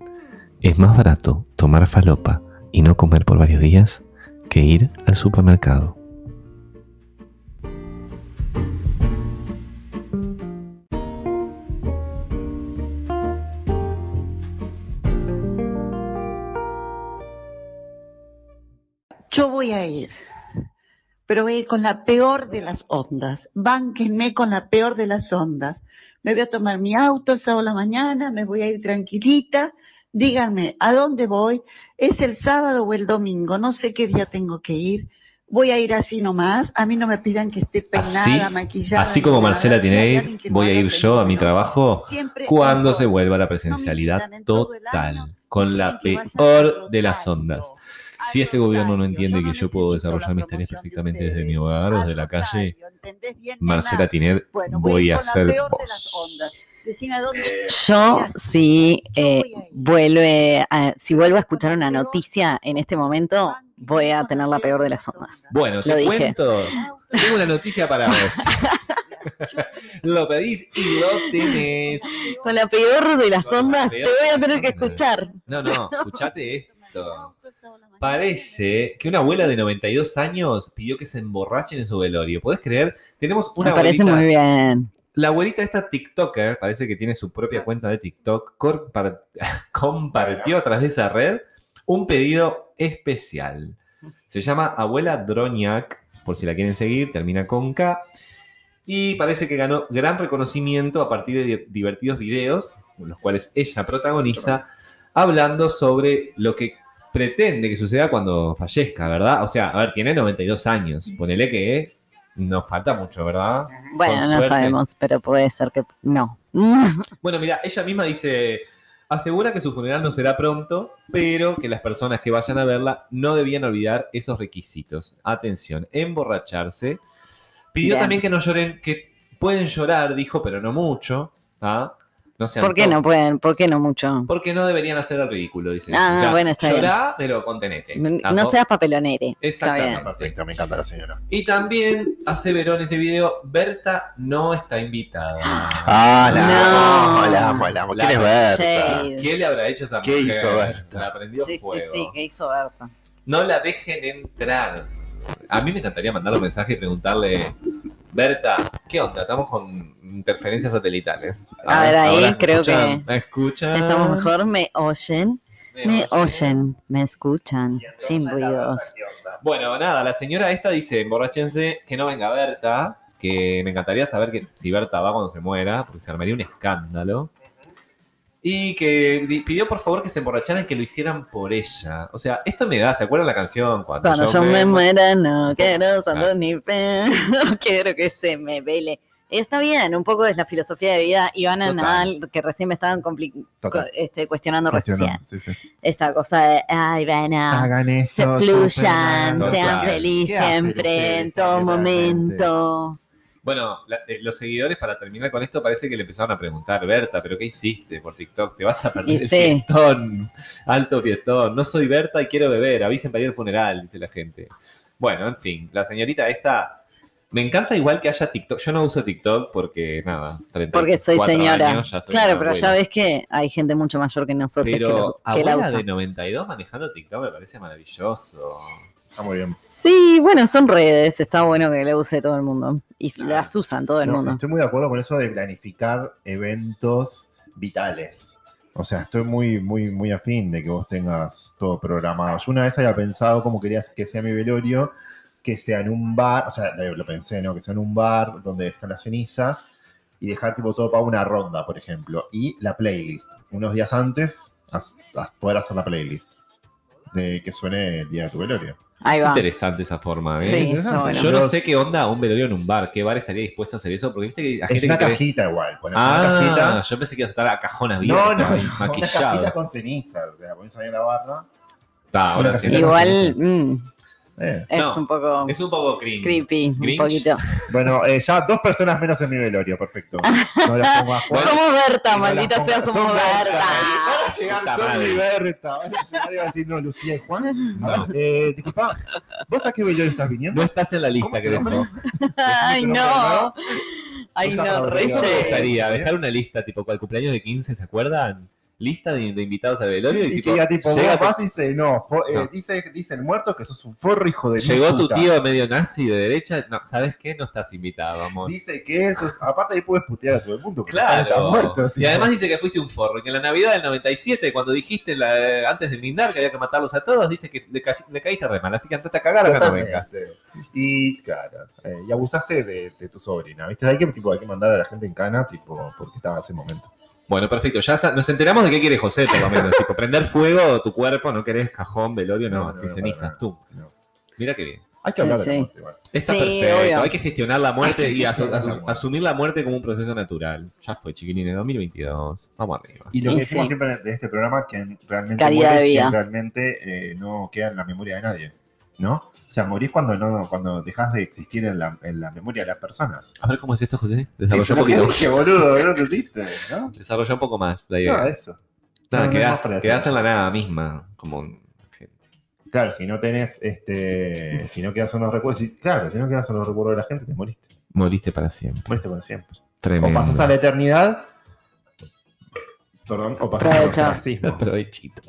Speaker 3: es más barato tomar falopa y no comer por varios días que ir al supermercado.
Speaker 13: Yo voy a ir, pero voy a ir con la peor de las ondas. Bánquenme con la peor de las ondas. Me voy a tomar mi auto el sábado a la mañana, me voy a ir tranquilita. Díganme, ¿a dónde voy? ¿Es el sábado o el domingo? No sé qué día tengo que ir. Voy a ir así nomás. A mí no me pidan que esté peinada,
Speaker 3: Así-
Speaker 13: maquillada.
Speaker 3: Así como
Speaker 13: nada. Si
Speaker 3: Marcela
Speaker 13: hay
Speaker 3: tiene
Speaker 13: alguien
Speaker 3: que
Speaker 13: que
Speaker 3: ir, voy
Speaker 13: no
Speaker 3: a
Speaker 13: haga
Speaker 3: ir yo a mi
Speaker 13: peinado,
Speaker 3: trabajo
Speaker 13: siempre
Speaker 3: cuando
Speaker 13: mejor.
Speaker 3: se vuelva la
Speaker 13: No
Speaker 3: presencialidad
Speaker 13: me invitan en todo el año,
Speaker 3: total, con
Speaker 13: Quieren
Speaker 3: la
Speaker 13: que vaya
Speaker 3: peor
Speaker 13: a
Speaker 3: de las
Speaker 13: Rosario,
Speaker 3: ondas.
Speaker 13: a
Speaker 3: Si este gobierno no
Speaker 13: Rosario.
Speaker 3: entiende que yo
Speaker 13: necesito
Speaker 3: puedo
Speaker 13: la
Speaker 3: desarrollar mis
Speaker 13: promoción
Speaker 3: tareas
Speaker 13: de
Speaker 3: perfectamente desde
Speaker 13: ustedes.
Speaker 3: mi hogar o
Speaker 13: A
Speaker 3: desde la calle,
Speaker 13: Rosario, ¿entendés bien, nena?
Speaker 3: Marcela Tiner,
Speaker 13: Bueno,
Speaker 3: voy
Speaker 13: ir
Speaker 3: a
Speaker 13: con la
Speaker 3: ser
Speaker 13: peor de las
Speaker 3: vos.
Speaker 13: ondas. Decime a dónde
Speaker 2: Yo, si eh,
Speaker 13: voy a ir.
Speaker 2: vuelve a- si vuelvo a escuchar una noticia en este momento, voy a tener la peor de las ondas.
Speaker 3: Bueno,
Speaker 2: Lo
Speaker 3: te
Speaker 2: dije.
Speaker 3: cuento. Tengo una noticia para *laughs* vos. lo pedís y lo tenés.
Speaker 2: Con la peor de las ondas, te voy a tener que escuchar.
Speaker 3: No, no, escuchate esto. Parece que una abuela de 92 años pidió que se emborrachen en su velorio. ¿Podés creer? Tenemos una
Speaker 2: Me parece
Speaker 3: abuelita-
Speaker 2: muy bien.
Speaker 3: La abuelita esta TikToker, parece que tiene su propia cuenta de TikTok, corpar- *laughs* compartió a través de esa red un pedido especial. Se llama Abuela Droniak, por si la quieren seguir, termina con K. Y parece que ganó gran reconocimiento a partir de di- divertidos videos, los cuales ella protagoniza, hablando sobre lo que pretende que suceda cuando fallezca, ¿verdad? O sea, a ver, tiene 92 años, ponele que eh, nos falta mucho, ¿verdad?
Speaker 2: Bueno, no
Speaker 3: suerte.
Speaker 2: sabemos, pero puede ser que no. *laughs*
Speaker 3: Bueno, mira, ella misma dice, asegura que su funeral no será pronto, pero que las personas que vayan a verla no debían olvidar esos requisitos. Atención, emborracharse. Pidió
Speaker 2: Bien.
Speaker 3: también que no lloren, que pueden llorar, dijo, pero no mucho. ¿ah? No sean
Speaker 2: ¿Por qué
Speaker 3: tontos.
Speaker 2: no pueden? ¿Por qué no mucho?
Speaker 3: Porque no deberían hacer el ridículo, dice.
Speaker 2: Ah,
Speaker 3: O sea,
Speaker 2: bueno, está bien.
Speaker 3: llorá, pero contenete.
Speaker 2: No seas papelonere. Está
Speaker 3: Exactamente.
Speaker 2: bien.
Speaker 6: Perfecto, me encanta la señora.
Speaker 3: Y también aseveró en ese video, Berta no está invitada.
Speaker 6: Ah, la
Speaker 2: No.
Speaker 6: amo, la amo, la amo. ¿Quién es Berta?
Speaker 2: Shade.
Speaker 3: ¿Qué le habrá hecho esa
Speaker 6: ¿Qué
Speaker 3: mujer?
Speaker 6: hizo Berta?
Speaker 3: La prendió
Speaker 2: Sí, sí,
Speaker 3: fuego.
Speaker 2: sí, que hizo Berta.
Speaker 3: No la dejen entrar. A mí me encantaría mandarle un mensaje y preguntarle, Berta, ¿qué onda? Estamos con interferencias satelitales.
Speaker 2: A ver, ahí
Speaker 3: ahora
Speaker 2: creo
Speaker 3: escuchan,
Speaker 2: que-
Speaker 3: ¿Me escuchan?
Speaker 2: Estamos mejor, me oyen, me oyen, me escuchan, sin ruidos.
Speaker 3: Bueno, nada, la señora esta dice, emborrachense, que no venga Berta, que me encantaría saber que, si Berta va cuando se muera, porque se armaría un escándalo. Y que di- pidió por favor que se emborracharan, que lo hicieran por ella. O sea, esto me da, ¿se acuerdan la canción? Cuando,
Speaker 2: Cuando yo me muera, no quiero
Speaker 3: Ah.
Speaker 2: salud ni fe, *laughs* no quiero que se me vele. Está bien, un poco es la filosofía de vida. Iván
Speaker 3: Total.
Speaker 2: Anal, que recién me estaban compli-
Speaker 6: Total.
Speaker 2: co- este, cuestionando recién.
Speaker 6: Sí, sí.
Speaker 2: Esta cosa de, ay, bueno,
Speaker 6: Hagan
Speaker 2: se
Speaker 6: eso.
Speaker 2: fluyan,
Speaker 3: Total.
Speaker 2: sean
Speaker 3: ¿Qué
Speaker 2: felices
Speaker 6: hacen
Speaker 2: siempre, en
Speaker 6: ustedes
Speaker 2: todo
Speaker 6: realmente?
Speaker 2: momento.
Speaker 3: Bueno, la- eh, los seguidores, para terminar con esto, parece que le empezaron a preguntar, Berta, ¿pero qué hiciste por TikTok? Te vas a perder
Speaker 2: Y
Speaker 3: el
Speaker 2: sí.
Speaker 3: fiestón, alto fiestón. No soy Berta y quiero beber, avisen para ir al funeral, dice la gente. Bueno, en fin, la señorita esta... Me encanta igual que haya TikTok. Yo no uso TikTok porque, nada, 34
Speaker 2: Porque soy señora.
Speaker 3: años, ya soy
Speaker 2: claro,
Speaker 3: una
Speaker 2: pero ya
Speaker 3: abuela.
Speaker 2: ves que hay gente mucho mayor que nosotros que
Speaker 3: Pero
Speaker 2: lo- que, la
Speaker 3: abuela
Speaker 2: usa.
Speaker 3: de 92 manejando TikTok me parece maravilloso.
Speaker 6: Está muy bien.
Speaker 2: Sí, bueno, son redes, está bueno que la use todo el mundo. Y las usan todo el
Speaker 10: No,
Speaker 2: mundo.
Speaker 10: Estoy muy de acuerdo con eso de planificar eventos vitales. O sea, estoy muy, muy, muy afín de que vos tengas todo programado. Yo una vez había pensado cómo querías que sea mi velorio, que sea en un bar, o sea, lo, lo pensé, ¿no? Que sea en un bar donde están las cenizas y dejar tipo todo para una ronda, por ejemplo, y la playlist. Unos días antes, as- as- poder hacer la playlist de que suene el día de tu velorio.
Speaker 2: Ahí
Speaker 3: es
Speaker 2: va.
Speaker 3: interesante esa forma, ¿eh?
Speaker 2: Sí, está bueno.
Speaker 3: Yo no
Speaker 10: Yo-
Speaker 3: sé qué onda un velorio en un bar, qué bar estaría dispuesto a hacer eso, porque viste que hay
Speaker 10: Es
Speaker 3: gente
Speaker 10: una
Speaker 3: que cree-
Speaker 10: cajita igual, ponés
Speaker 3: Ah,
Speaker 10: una cajita.
Speaker 3: yo pensé que iba a estar a cajón abierto,
Speaker 10: No, no,
Speaker 3: ahí,
Speaker 10: no, una
Speaker 3: maquillado.
Speaker 10: cajita con cenizas, o sea, la pones ahí en la barra.
Speaker 3: Está, ahora
Speaker 10: una
Speaker 3: sí.
Speaker 10: cajita con
Speaker 2: Igual
Speaker 10: cenizas.
Speaker 2: mm,
Speaker 10: Eh,
Speaker 2: es
Speaker 3: No,
Speaker 2: un poco
Speaker 3: Es un poco cringe.
Speaker 2: creepy,
Speaker 3: Grinch.
Speaker 2: un poquito.
Speaker 10: Bueno, eh, ya dos personas menos en mi velorio, perfecto. No las pongo a jugar.
Speaker 2: *laughs* Somos Berta,
Speaker 10: No
Speaker 2: maldita
Speaker 10: las
Speaker 2: sea,
Speaker 10: pongo-
Speaker 2: somos
Speaker 10: son
Speaker 2: Berta.
Speaker 10: Van a llegar
Speaker 3: Puta
Speaker 10: Son
Speaker 3: madre.
Speaker 10: y Berta. Van a llegar y van a decir, no, Lucía y Juan. No. Eh, disculpa, ¿vos a qué velorio estás
Speaker 3: No
Speaker 10: viniendo?
Speaker 3: estás en la lista
Speaker 10: ¿Cómo
Speaker 3: que
Speaker 10: te
Speaker 3: dejó.
Speaker 2: Ay,
Speaker 10: Decime tu
Speaker 2: no.
Speaker 10: nombre,
Speaker 2: Ay,
Speaker 10: Yo estaba
Speaker 2: no,
Speaker 10: dormido.
Speaker 3: Eso me
Speaker 10: Sí.
Speaker 2: Reyes.
Speaker 3: gustaría, dejar una lista, tipo, para el cumpleaños de 15, ¿se acuerdan? Lista de, de invitados al velorio y,
Speaker 10: Y que
Speaker 3: tipo,
Speaker 10: diga tipo, vos
Speaker 3: llega tu-
Speaker 10: vas y dice, no, fo- eh,
Speaker 3: No.
Speaker 10: Dice, dice el muerto que sos un forro hijo de mil
Speaker 3: llegó tu
Speaker 10: puta.
Speaker 3: tío medio nazi de derecha, no, ¿sabes qué? No estás invitado, amor.
Speaker 10: Dice que eso, aparte ahí puedes putear a todo el mundo, porque estás
Speaker 3: Claro.
Speaker 10: muerto.
Speaker 3: y
Speaker 10: tío.
Speaker 3: además dice que fuiste un forro. y Que en la Navidad del 97, cuando dijiste la- antes de brindar que había que matarlos a todos, dice que le, ca- le caíste re mal. Así que andaste a cagar acá no vengas.
Speaker 10: Totalmente. Y claro, eh, y abusaste de, de tu sobrina, ¿viste? Hay que, tipo, hay que mandar a la gente en cana, tipo, porque estaba en ese momento.
Speaker 3: Bueno, perfecto. Ya sa- nos enteramos de qué quiere José, por lo menos. tipo, prender fuego tu cuerpo, no querés cajón, velorio, no,
Speaker 10: No, no,
Speaker 3: así
Speaker 10: no,
Speaker 3: cenizas,
Speaker 10: no,
Speaker 3: tú.
Speaker 10: no.
Speaker 3: Mira qué bien.
Speaker 10: Hay que
Speaker 2: Sí,
Speaker 10: hablar de
Speaker 2: sí.
Speaker 10: la muerte, igual.
Speaker 3: Está
Speaker 2: Sí,
Speaker 3: perfecto.
Speaker 2: obvio.
Speaker 3: Hay que gestionar la muerte
Speaker 10: Hay que
Speaker 3: y asu-
Speaker 10: gestionar la
Speaker 3: asu-
Speaker 10: muerte.
Speaker 3: asumir la muerte como un proceso natural. Ya fue, chiquilines, 2022. Vamos arriba.
Speaker 10: Y lo que
Speaker 2: Y
Speaker 10: decimos
Speaker 2: sí.
Speaker 10: siempre de este programa, que realmente,
Speaker 2: Calidad
Speaker 10: muere,
Speaker 2: de vida.
Speaker 10: quien realmente eh, no queda en la memoria de nadie, ¿no? O sea, morís cuando, no, cuando dejas de existir en la, en la memoria de las personas.
Speaker 3: A ver cómo es esto, José.
Speaker 10: Eso
Speaker 3: Desarrolla
Speaker 10: es
Speaker 3: un
Speaker 10: lo que
Speaker 3: poquito.
Speaker 10: dije, boludo, no entendiste, ¿no?
Speaker 3: Desarrolla un poco más la
Speaker 10: Nada,
Speaker 3: idea.
Speaker 10: eso.
Speaker 3: Nada,
Speaker 10: no, no,
Speaker 3: quedás,
Speaker 10: no, no, no.
Speaker 3: quedás en la nada misma. Como un-
Speaker 10: Claro, si no tenés, este, si no quedas en los recuerdos, si- claro, si no quedas en los recuerdos de la gente, te moriste.
Speaker 3: Moriste para siempre.
Speaker 10: Moriste para siempre. O
Speaker 3: Tremendo.
Speaker 10: pasas a la eternidad. Perdón, o pasas al
Speaker 2: Aprovecha.
Speaker 3: *laughs*
Speaker 10: ostracismo.
Speaker 3: Aprovechito.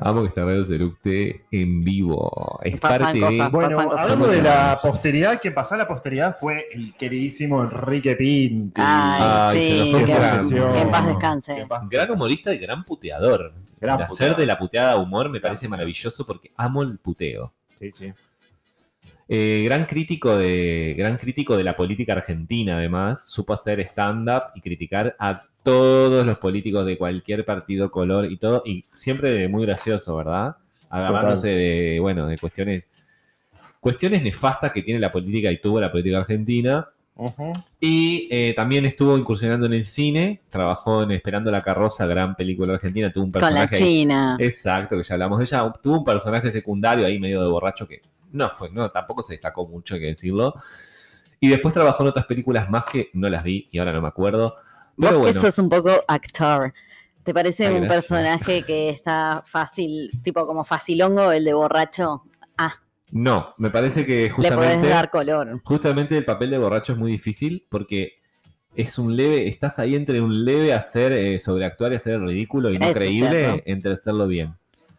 Speaker 3: Amo que está Radio Seructe en vivo. Es
Speaker 2: Pasan
Speaker 3: parte
Speaker 2: cosas.
Speaker 3: de...
Speaker 10: Bueno,
Speaker 2: Pasan cosas.
Speaker 10: hablando de la
Speaker 3: Somos humanos.
Speaker 10: posteridad, quien pasó a la posteridad fue el queridísimo Enrique Pinti.
Speaker 2: Ay,
Speaker 3: Ay, se nos
Speaker 2: sí,
Speaker 3: Ah, fue
Speaker 2: que,
Speaker 10: que
Speaker 3: qué
Speaker 10: falleció.
Speaker 2: que en paz
Speaker 10: Que
Speaker 2: descanse.
Speaker 10: en paz-
Speaker 3: Gran humorista y gran puteador.
Speaker 10: Gran
Speaker 3: el hacer
Speaker 10: puteador.
Speaker 3: de la puteada humor me parece maravilloso porque amo el puteo.
Speaker 10: Sí, sí.
Speaker 3: Eh, gran, crítico de, gran crítico de la política argentina, además, supo hacer stand-up y criticar a todos los políticos de cualquier partido, color y todo, y siempre muy gracioso, ¿verdad? Agarrándose de, bueno, de cuestiones, cuestiones nefastas que tiene la política y tuvo la política argentina.
Speaker 10: Ujú.
Speaker 3: Y eh, también estuvo incursionando en el cine, trabajó en Esperando la carroza, gran película argentina, tuvo un
Speaker 2: Con la
Speaker 3: personaje ahí
Speaker 2: China.
Speaker 3: Exacto, que ya hablamos de ella. Tuvo un personaje secundario ahí medio de borracho que no fue, no, tampoco se destacó mucho, hay que decirlo. Y después trabajó en otras películas más que no las vi y ahora no me acuerdo.
Speaker 2: Vos
Speaker 3: Pero
Speaker 2: que
Speaker 3: bueno.
Speaker 2: sos un poco actor. ¿Te parece
Speaker 3: Ay,
Speaker 2: un
Speaker 3: gracias.
Speaker 2: personaje que está fácil, tipo como facilongo, el de borracho? Ah,
Speaker 3: No, me parece que
Speaker 2: le
Speaker 3: justamente.
Speaker 2: podés dar color.
Speaker 3: Justamente el papel de borracho es muy difícil porque es un leve, estás ahí entre un leve hacer eh, sobreactuar y hacer el ridículo y no
Speaker 2: Eso es
Speaker 3: creíble
Speaker 2: cierto.
Speaker 3: entre hacerlo bien.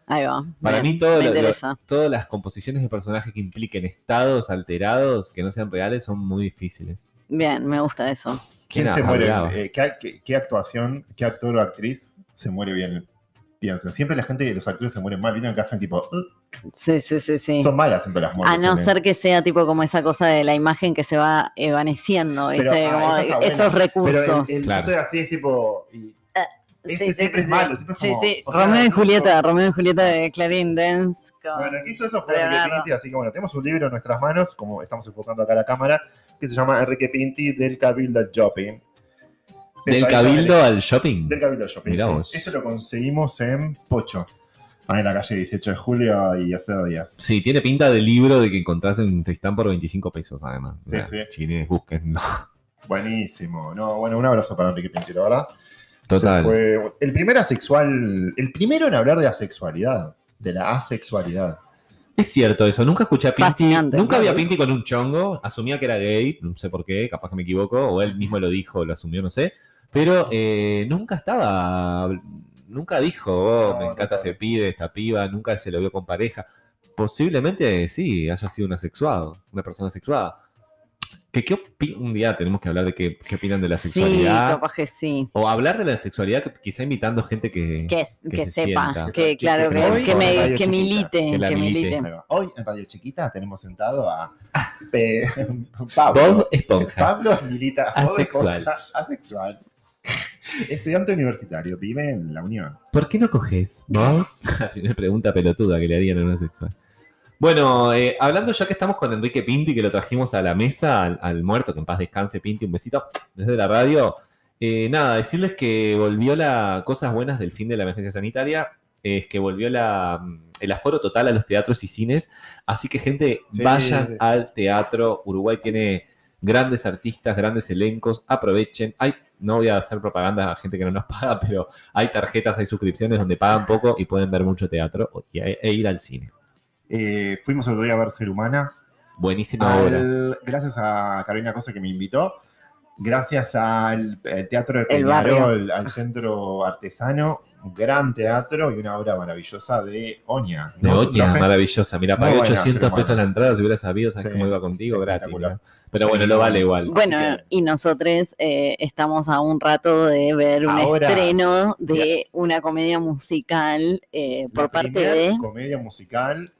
Speaker 2: Ahí va.
Speaker 3: Para
Speaker 2: Bien,
Speaker 3: mí todo
Speaker 2: me
Speaker 3: lo- lo-
Speaker 2: interesa.
Speaker 3: todas las composiciones de personajes que impliquen estados alterados que no sean reales son muy difíciles.
Speaker 2: Bien, me gusta eso.
Speaker 10: ¿Quién
Speaker 3: Era
Speaker 10: se muere?
Speaker 3: Bravo.
Speaker 10: eh, ¿qué, qué- qué actuación, qué actor o actriz se muere bien? Piensen, siempre la gente, los actores se mueren mal, ¿vieron que hacen tipo? "Mm".
Speaker 2: Sí, sí, sí, sí.
Speaker 10: Son malas siempre las muertes.
Speaker 2: A no
Speaker 10: ¿eh?
Speaker 2: ser que sea tipo como esa cosa de la imagen que se va evaneciendo,
Speaker 10: Pero,
Speaker 2: ¿viste?
Speaker 10: ah,
Speaker 2: como
Speaker 10: esa está buena.
Speaker 2: esos
Speaker 10: Pero
Speaker 2: recursos.
Speaker 10: el, el
Speaker 3: Claro.
Speaker 10: chiste así es tipo. y- ese
Speaker 2: Eh, sí,
Speaker 10: siempre
Speaker 2: sí,
Speaker 10: es malo. Siempre es
Speaker 2: Sí,
Speaker 10: como,
Speaker 2: sí.
Speaker 10: o sea,
Speaker 2: Romeo y
Speaker 10: tipo,
Speaker 2: Julieta, Romeo y Julieta de Clarín Dance.
Speaker 10: Bueno, ¿qué hizo eso? Fue
Speaker 2: Leonardo.
Speaker 10: Enrique Pinti, así que bueno, tenemos un libro en nuestras manos, como estamos enfocando acá la cámara, que se llama Enrique Pinti del Cabildo al Shopping.
Speaker 3: Del
Speaker 10: Pesadilla
Speaker 3: cabildo al shopping.
Speaker 10: Del Cabildo al Shopping.
Speaker 3: Mirá
Speaker 10: sí.
Speaker 3: vos.
Speaker 10: Esto lo conseguimos en Pocho, ahí en la calle 18 de julio y hace dos días.
Speaker 3: Sí, tiene pinta de libro de que encontrás en Tristán por 25 pesos además. O
Speaker 10: Sí,
Speaker 3: sea,
Speaker 10: sí.
Speaker 3: Chiquilines, búsquenlo.
Speaker 10: Buenísimo. No, bueno, un abrazo para Enrique Pinti, la verdad.
Speaker 3: Total.
Speaker 10: Se fue el primer asexual, el primero en hablar de asexualidad, de la asexualidad.
Speaker 3: Es cierto eso, nunca escuché a Pinti.
Speaker 2: Fascinante.
Speaker 3: Nunca vi a
Speaker 10: Claro.
Speaker 3: Pinti con un chongo, asumía que era gay, no sé por qué, capaz que me equivoco, o él mismo lo dijo, lo asumió, no sé. Pero eh, nunca estaba, nunca dijo, oh,
Speaker 10: No,
Speaker 3: me
Speaker 10: no,
Speaker 3: encanta
Speaker 10: no.
Speaker 3: este pibe, esta piba, nunca se lo vio con pareja. Posiblemente sí, haya sido un asexuado, una persona asexuada. Que, qué opi- un día tenemos que hablar de qué, qué opinan de la
Speaker 2: Sí,
Speaker 3: sexualidad.
Speaker 2: capaz que sí.
Speaker 3: o hablar de la sexualidad, quizá invitando gente que,
Speaker 2: Que, que
Speaker 3: se
Speaker 2: sepa,
Speaker 3: sienta. que- que
Speaker 2: que claro, que, que
Speaker 3: la
Speaker 2: me,
Speaker 10: radio
Speaker 2: que
Speaker 10: chiquita,
Speaker 2: milite,
Speaker 3: que la
Speaker 2: que
Speaker 3: milite.
Speaker 2: milite.
Speaker 10: Ahí va. Hoy en Radio Chiquita tenemos sentado a
Speaker 3: *laughs*
Speaker 10: Pe- Pablo.
Speaker 3: Bob Esponja.
Speaker 10: Pablo Milita Bob
Speaker 3: Asexual.
Speaker 10: Esponja, asexual. *laughs* Estudiante universitario, vive en la Unión.
Speaker 3: ¿Por qué no coges? ¿No? *laughs* Una pregunta pelotuda que le harían a una sexual. Bueno, eh, hablando ya que estamos con Enrique Pinti, que lo trajimos a la mesa, al, al muerto, que en paz descanse Pinti, un besito desde la radio. Eh, nada, decirles que volvió la cosas buenas del fin de la emergencia sanitaria, es que volvió la, mm, el aforo total a los teatros y cines, así que gente,
Speaker 10: Sí.
Speaker 3: vayan al teatro, Uruguay tiene grandes artistas, grandes elencos, aprovechen, hay, no voy a hacer propaganda a gente que no nos paga, pero hay tarjetas, hay suscripciones donde pagan poco y pueden ver mucho teatro y- e, e ir al cine.
Speaker 10: Eh, fuimos el otro día a ver Ser Humana.
Speaker 3: Buenísima
Speaker 10: Al-
Speaker 3: obra.
Speaker 10: gracias a Carolina Cosa que me invitó. Gracias al eh, Teatro de
Speaker 2: El barrio.
Speaker 10: Peñarol, al Centro Artesano. Un gran teatro y una obra maravillosa de Oña.
Speaker 3: De
Speaker 10: ¿no?
Speaker 3: Oña,
Speaker 10: Profe?
Speaker 3: maravillosa. Mira, pagué
Speaker 10: Muy buena,
Speaker 3: 800
Speaker 10: hermano.
Speaker 3: pesos la entrada, si hubiera sabido, sabes
Speaker 10: Sí,
Speaker 3: cómo iba contigo, gratis.
Speaker 10: espectacular.
Speaker 3: ¿no? Pero bueno, lo vale igual.
Speaker 2: Bueno,
Speaker 10: Así que-
Speaker 2: y nosotros eh, estamos a un rato de ver un
Speaker 10: Ahora,
Speaker 2: estreno de una comedia musical eh, por
Speaker 10: la
Speaker 2: parte
Speaker 10: primer
Speaker 2: de...
Speaker 10: comedia musical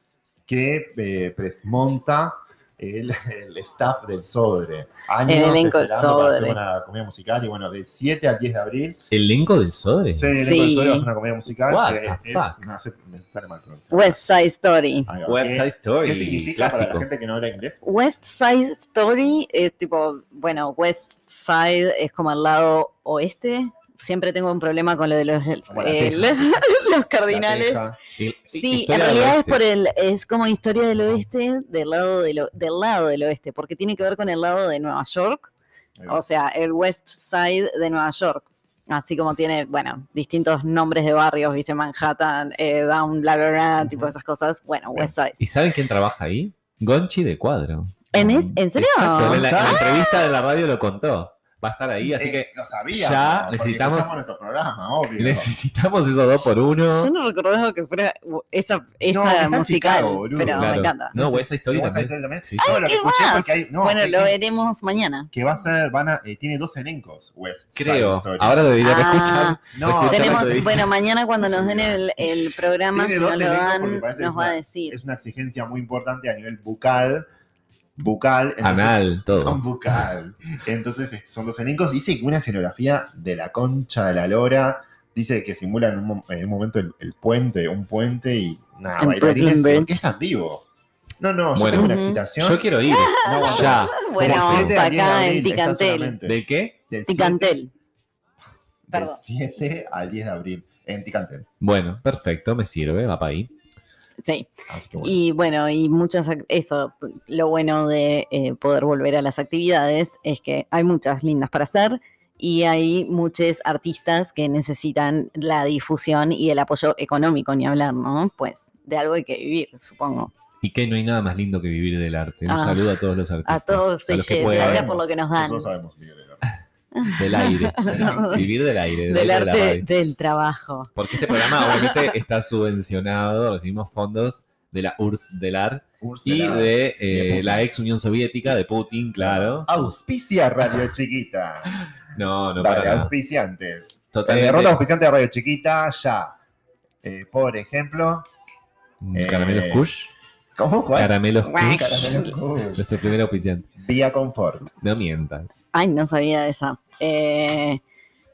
Speaker 10: que eh, presmonta el, el staff del Sodre. Años
Speaker 2: El elenco del
Speaker 10: esperando para hacer
Speaker 2: Sodre.
Speaker 10: una comedia musical y bueno, de 7 al 10 de abril.
Speaker 3: ¿El elenco del Sodre?
Speaker 10: Sí, el elenco del
Speaker 2: Sí.
Speaker 10: Sodre va a hacer una comedia musical
Speaker 3: What the
Speaker 10: que es,
Speaker 3: fuck?
Speaker 10: no sé, me sale mal pronunciar.
Speaker 2: West Side Story.
Speaker 10: Ahí va.
Speaker 3: West
Speaker 10: ¿Qué-
Speaker 3: Side Story,
Speaker 10: ¿Qué significa para la
Speaker 3: clásico.
Speaker 10: gente que no habla inglés?
Speaker 2: West Side Story es tipo, bueno, West Side es como al lado oeste. Siempre tengo un problema con lo de los,
Speaker 10: Como la
Speaker 2: el-
Speaker 10: teja.
Speaker 2: *laughs* los cardinales.
Speaker 10: La teja.
Speaker 3: Y-
Speaker 2: Sí,
Speaker 3: historia
Speaker 2: en
Speaker 3: del
Speaker 2: realidad es
Speaker 3: oeste.
Speaker 2: por el, es como historia del oeste, del lado del, o- del lado del oeste, porque tiene que ver con el lado de Nueva York,
Speaker 10: Ahí va.
Speaker 2: o sea, el West Side de Nueva York. Así como tiene, bueno, distintos nombres de barrios, viste, Manhattan, eh, Down, bla, bla, bla, tipo
Speaker 10: Ujú.
Speaker 2: esas cosas. Bueno,
Speaker 10: Bien.
Speaker 2: West Side.
Speaker 3: ¿Y saben quién trabaja ahí? Gonchi de Cuadro.
Speaker 2: ¿En, es- ¿en serio?
Speaker 3: Exacto, en la, en la
Speaker 10: Ah.
Speaker 3: entrevista de la radio lo contó. Va a estar ahí, así
Speaker 10: Eh,
Speaker 3: que
Speaker 10: lo sabía.
Speaker 3: ya
Speaker 10: porque
Speaker 3: necesitamos-
Speaker 10: escuchamos nuestro programa, obvio.
Speaker 3: necesitamos esos dos por uno.
Speaker 2: Yo no recordaba que fuera u- esa, esa
Speaker 10: está en
Speaker 2: musical,
Speaker 10: Chicago, boludo.
Speaker 2: pero
Speaker 3: Claro.
Speaker 2: me encanta.
Speaker 3: No, West Side Story
Speaker 10: Vamos a
Speaker 3: también.
Speaker 10: hacer también.
Speaker 3: Sí,
Speaker 10: Todo lo que
Speaker 2: ¿Qué
Speaker 10: escuché
Speaker 2: más?
Speaker 10: porque hay- no,
Speaker 2: bueno,
Speaker 10: que-
Speaker 2: lo
Speaker 10: que-
Speaker 2: veremos mañana.
Speaker 10: que va a ser, van a, eh, tiene dos elencos, West Side
Speaker 3: Creo.
Speaker 10: Story.
Speaker 3: Ahora debería
Speaker 2: Ah,
Speaker 3: escuchar.
Speaker 10: no,
Speaker 3: escuchar la
Speaker 2: Tenemos,
Speaker 3: entrevista.
Speaker 2: bueno, mañana cuando nos
Speaker 10: Sí,
Speaker 2: den el, el programa,
Speaker 10: Tiene
Speaker 2: si no
Speaker 10: dos
Speaker 2: lo
Speaker 10: elencos
Speaker 2: dan,
Speaker 10: porque
Speaker 2: nos
Speaker 10: parece que es
Speaker 2: va a
Speaker 10: una-
Speaker 2: decir.
Speaker 10: es una exigencia muy importante a nivel bucal. Bucal.
Speaker 2: Ah.
Speaker 10: entonces-
Speaker 3: Anal, todo.
Speaker 10: Con bucal. Entonces este, son dos elencos. Dice que una escenografía de la concha de la lora. Dice que simulan en un, mo- en un momento el, el puente, un puente y nada,
Speaker 2: En
Speaker 10: bailarines.
Speaker 2: Brooklyn
Speaker 10: ¿Por
Speaker 2: Bridge.
Speaker 10: qué están vivo? No, no, yo
Speaker 3: Bueno.
Speaker 10: tengo una
Speaker 2: Ujú.
Speaker 10: excitación.
Speaker 3: Yo quiero ir.
Speaker 10: No, bueno,
Speaker 2: *laughs*
Speaker 3: ya.
Speaker 10: como
Speaker 2: Bueno,
Speaker 3: ¿Cómo
Speaker 2: vamos
Speaker 10: siete al 10 de
Speaker 2: acá en
Speaker 10: abril está
Speaker 2: Ticantel.
Speaker 10: solamente.
Speaker 3: ¿De qué?
Speaker 10: Del siete-
Speaker 2: Ticantel.
Speaker 10: Del
Speaker 2: Perdón.
Speaker 10: 7 al 10 de abril en Ticantel.
Speaker 3: Bueno, perfecto, me sirve, va para ahí.
Speaker 2: Sí.
Speaker 10: Así que bueno.
Speaker 2: Y bueno, y muchas, ac- eso, lo bueno de eh, poder volver a las actividades es que hay muchas lindas para hacer y hay muchos artistas que necesitan la difusión y el apoyo económico, ni hablar, ¿no? Pues de algo hay que vivir, supongo.
Speaker 3: Y que no hay nada más lindo que vivir del arte. Un
Speaker 2: Ah.
Speaker 3: saludo a todos los artistas.
Speaker 2: A todos
Speaker 3: a los que
Speaker 2: ellos,
Speaker 3: puedan.
Speaker 2: gracias por lo que nos dan.
Speaker 10: Nosotros sabemos vivir del arte.
Speaker 3: Del aire.
Speaker 2: *laughs* No.
Speaker 3: Vivir del aire. Del,
Speaker 2: Del
Speaker 3: aire de la
Speaker 2: arte
Speaker 3: radio.
Speaker 2: del trabajo.
Speaker 3: Porque este programa obviamente está subvencionado, recibimos fondos de la URSS del AR y
Speaker 10: del Ar.
Speaker 3: de, eh,
Speaker 10: De Putin.
Speaker 3: la ex Unión Soviética, de Putin, claro.
Speaker 10: Auspicia Radio Chiquita.
Speaker 3: *laughs* No, no, para
Speaker 10: Dale,
Speaker 3: nada.
Speaker 10: auspiciantes.
Speaker 3: Totalmente.
Speaker 10: Eh, ronda auspiciante de Radio Chiquita, ya. Eh, por ejemplo. eh,
Speaker 3: Caramelos Mm, Kush.
Speaker 10: ¿Cómo? ¿Cuál?
Speaker 3: Caramelos Kush.
Speaker 10: Caramelos Kush.
Speaker 3: Nuestro primer auspiciante.
Speaker 10: Vía Confort.
Speaker 3: No mientas.
Speaker 2: Ay, no sabía de esa. Eh,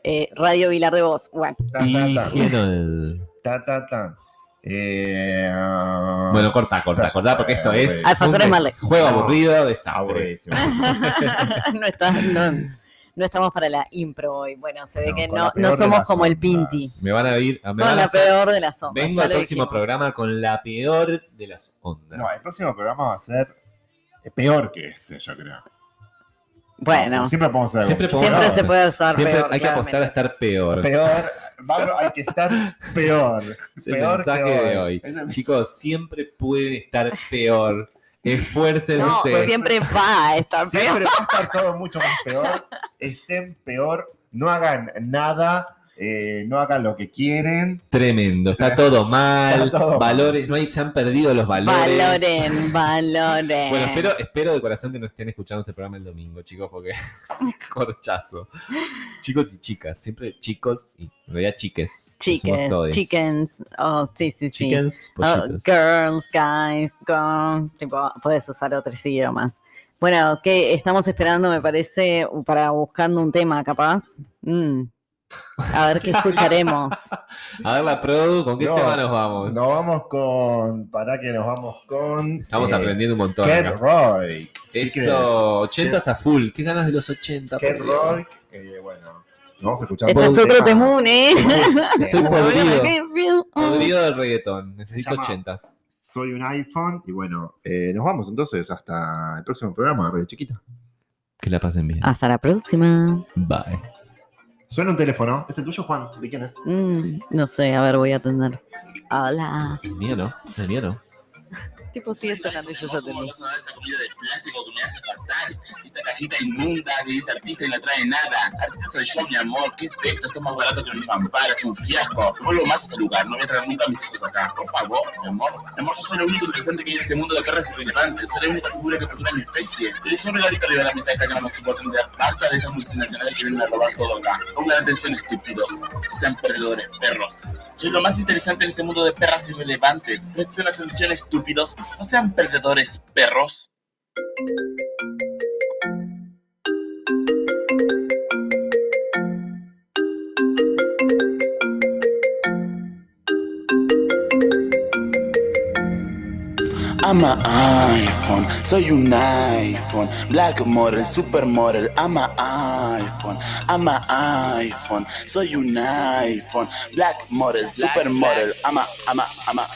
Speaker 2: eh, Radio Vilar de Voz. Bueno, *laughs*
Speaker 10: Tan, tan, tan.
Speaker 3: Higienol.
Speaker 10: Tan, tan, tan. Eh, ah,
Speaker 3: Bueno, corta, corta, corta, porque esto es Ah,
Speaker 2: Al factor
Speaker 3: un
Speaker 2: de
Speaker 3: des-
Speaker 2: Marley.
Speaker 3: juego
Speaker 10: Eh, No.
Speaker 3: aburrido,
Speaker 10: ah,
Speaker 3: desastre.
Speaker 10: aburridísimo.
Speaker 2: no, está- no- no estamos para la impro hoy. Bueno, *laughs* se ve
Speaker 10: No,
Speaker 2: que
Speaker 10: con
Speaker 2: no,
Speaker 10: la
Speaker 2: no
Speaker 10: peor de
Speaker 2: somos
Speaker 10: las
Speaker 2: como el Pinti.
Speaker 10: ondas.
Speaker 3: Me van a ir. me
Speaker 2: Con
Speaker 3: van a
Speaker 2: la
Speaker 3: hacer-
Speaker 2: peor de las ondas.
Speaker 3: Vengo
Speaker 2: ya
Speaker 3: al
Speaker 2: lo
Speaker 3: próximo
Speaker 2: dijimos.
Speaker 3: programa con la peor de las ondas.
Speaker 10: No, eh. el próximo programa va a ser peor que este, yo creo.
Speaker 2: Bueno,
Speaker 10: Siempre podemos hacer algo
Speaker 3: Siempre
Speaker 10: mucho
Speaker 3: podemos
Speaker 2: siempre
Speaker 10: peor.
Speaker 2: se puede hacer
Speaker 3: Siempre
Speaker 2: peor,
Speaker 3: hay que apostar a
Speaker 2: claramente.
Speaker 3: estar peor.
Speaker 10: Peor, Pablo, hay que estar peor.
Speaker 3: Es el
Speaker 10: peor
Speaker 3: mensaje
Speaker 10: que
Speaker 3: de hoy.
Speaker 10: Es el-
Speaker 3: Chicos, siempre puede estar peor.
Speaker 10: *laughs*
Speaker 3: Esfuércense.
Speaker 2: No, pues siempre va a estar peor.
Speaker 10: Siempre va a estar todo mucho más peor. Estén peor, no hagan nada, eh, no hagan lo que quieren.
Speaker 3: Tremendo. Está todo mal.
Speaker 10: Está todo mal.
Speaker 3: valores. No hay, se han perdido los valores.
Speaker 2: *laughs* Valoren, valoren.
Speaker 3: Bueno, espero, espero de corazón que no estén escuchando este programa el domingo, chicos, porque *laughs* corchazo. Chicos y chicas, siempre chicos y en realidad chiques. que somos
Speaker 2: Chickens,
Speaker 3: todes.
Speaker 2: chickens. Oh, sí, sí, sí.
Speaker 3: Chickens,
Speaker 2: Oh,
Speaker 3: pollitos.
Speaker 2: girls, guys, girl. Tipo, puedes usar otros idiomas. Bueno, que estamos esperando, me parece, para buscando un tema, capaz. Mm. A ver
Speaker 10: *laughs*
Speaker 2: qué escucharemos.
Speaker 3: A ver la produ, ¿con qué
Speaker 10: No,
Speaker 3: tema nos vamos?
Speaker 10: Nos vamos con. Para que nos vamos con.
Speaker 3: Estamos
Speaker 10: eh,
Speaker 3: aprendiendo un montón.
Speaker 10: Ked
Speaker 3: acá.
Speaker 10: Roy.
Speaker 3: Eso, 80 a full. Qué ganas de los 80.
Speaker 10: Ked
Speaker 3: por Dios.
Speaker 10: Roy. eh, bueno, vamos a escuchar.
Speaker 2: este es
Speaker 10: un
Speaker 2: otro
Speaker 10: tema.
Speaker 2: temún, ¿eh? *laughs*
Speaker 3: Estoy
Speaker 10: Un-
Speaker 3: podrido.
Speaker 2: Podrido.
Speaker 3: Podrido del reggaetón. Necesito
Speaker 10: Se llama-
Speaker 3: 80
Speaker 10: Soy un iPhone. Y bueno, eh, nos vamos entonces hasta el próximo programa de Radio Chiquita.
Speaker 3: Que la pasen bien.
Speaker 2: Hasta la próxima.
Speaker 3: Bye.
Speaker 10: Suena un teléfono. ¿Es el tuyo, Juan? ¿De quién es?
Speaker 2: Mm, no sé, a ver, voy a atender. Hola.
Speaker 3: El mío no. El mío no.
Speaker 2: Tipo, sigue sonando y yo ya atendí.
Speaker 11: esta comida de plástico que me hace cortar, esta cajita inmunda que dice artista y no trae nada. Artista soy yo, mi amor, ¿qué es esto? Esto es más barato que un amparo, es un fiasco. No lo más a este lugar, no voy a traer nunca a mis hijos acá, por favor, mi amor. Mi amor, yo soy lo único interesante que hay en este mundo de carreras irrelevantes, soy la única figura que perdura mi especie. Te dejé un regalito arriba de la mesa esta que no nos supo atender. Basta de estas multinacionales que vienen a robar todo acá. Pongan atención, estúpidos, que sean perdedores, perros. Soy lo más interesante en este mundo de perras irrelevantes. Presten atención, estúpidos. No sean perdedores, perros. I'm a iPhone, soy un iPhone. Black model, supermodel, I'm a iPhone. I'm a iPhone, soy un iPhone. Black model, supermodel, I'm a, I'm a, I'm a.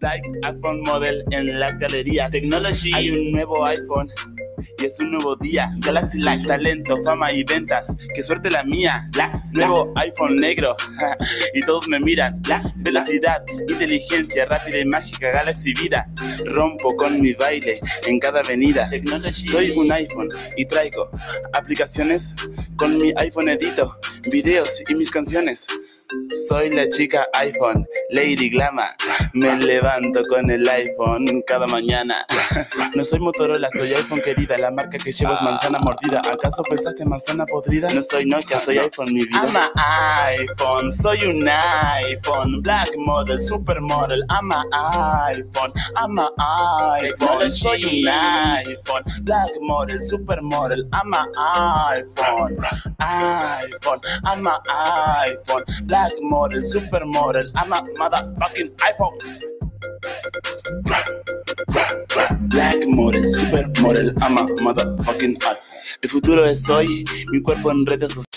Speaker 11: Black iPhone model en las galerías. Technology, hay un nuevo iPhone. Y es un nuevo día, Galaxy Light, talento, fama y ventas. Qué suerte la mía, la nuevo iPhone negro. *laughs* y todos me miran, la velocidad, inteligencia rápida y mágica, Galaxy vida. Rompo con mi baile en cada avenida. Soy un iPhone y traigo aplicaciones con mi iPhone edito, videos y mis canciones. Soy la chica iPhone, Lady Glama. Me levanto con el iPhone cada mañana. *laughs* No soy Motorola, soy iPhone querida. La marca que llevo es manzana mordida. ¿Acaso pensaste manzana podrida? No soy Nokia, soy iPhone, mi vida. I'm a iPhone, soy un iPhone. Black model, supermodel. I'm a iPhone, I'm a iPhone. Soy un iPhone. Black model, supermodel. I'm a iPhone, iPhone. I'm a iPhone. Black model, supermodel. I'm a motherfucking iPhone. Black model, supermodel, I'm a motherfucking art. El futuro es hoy, mi cuerpo en redes sociales.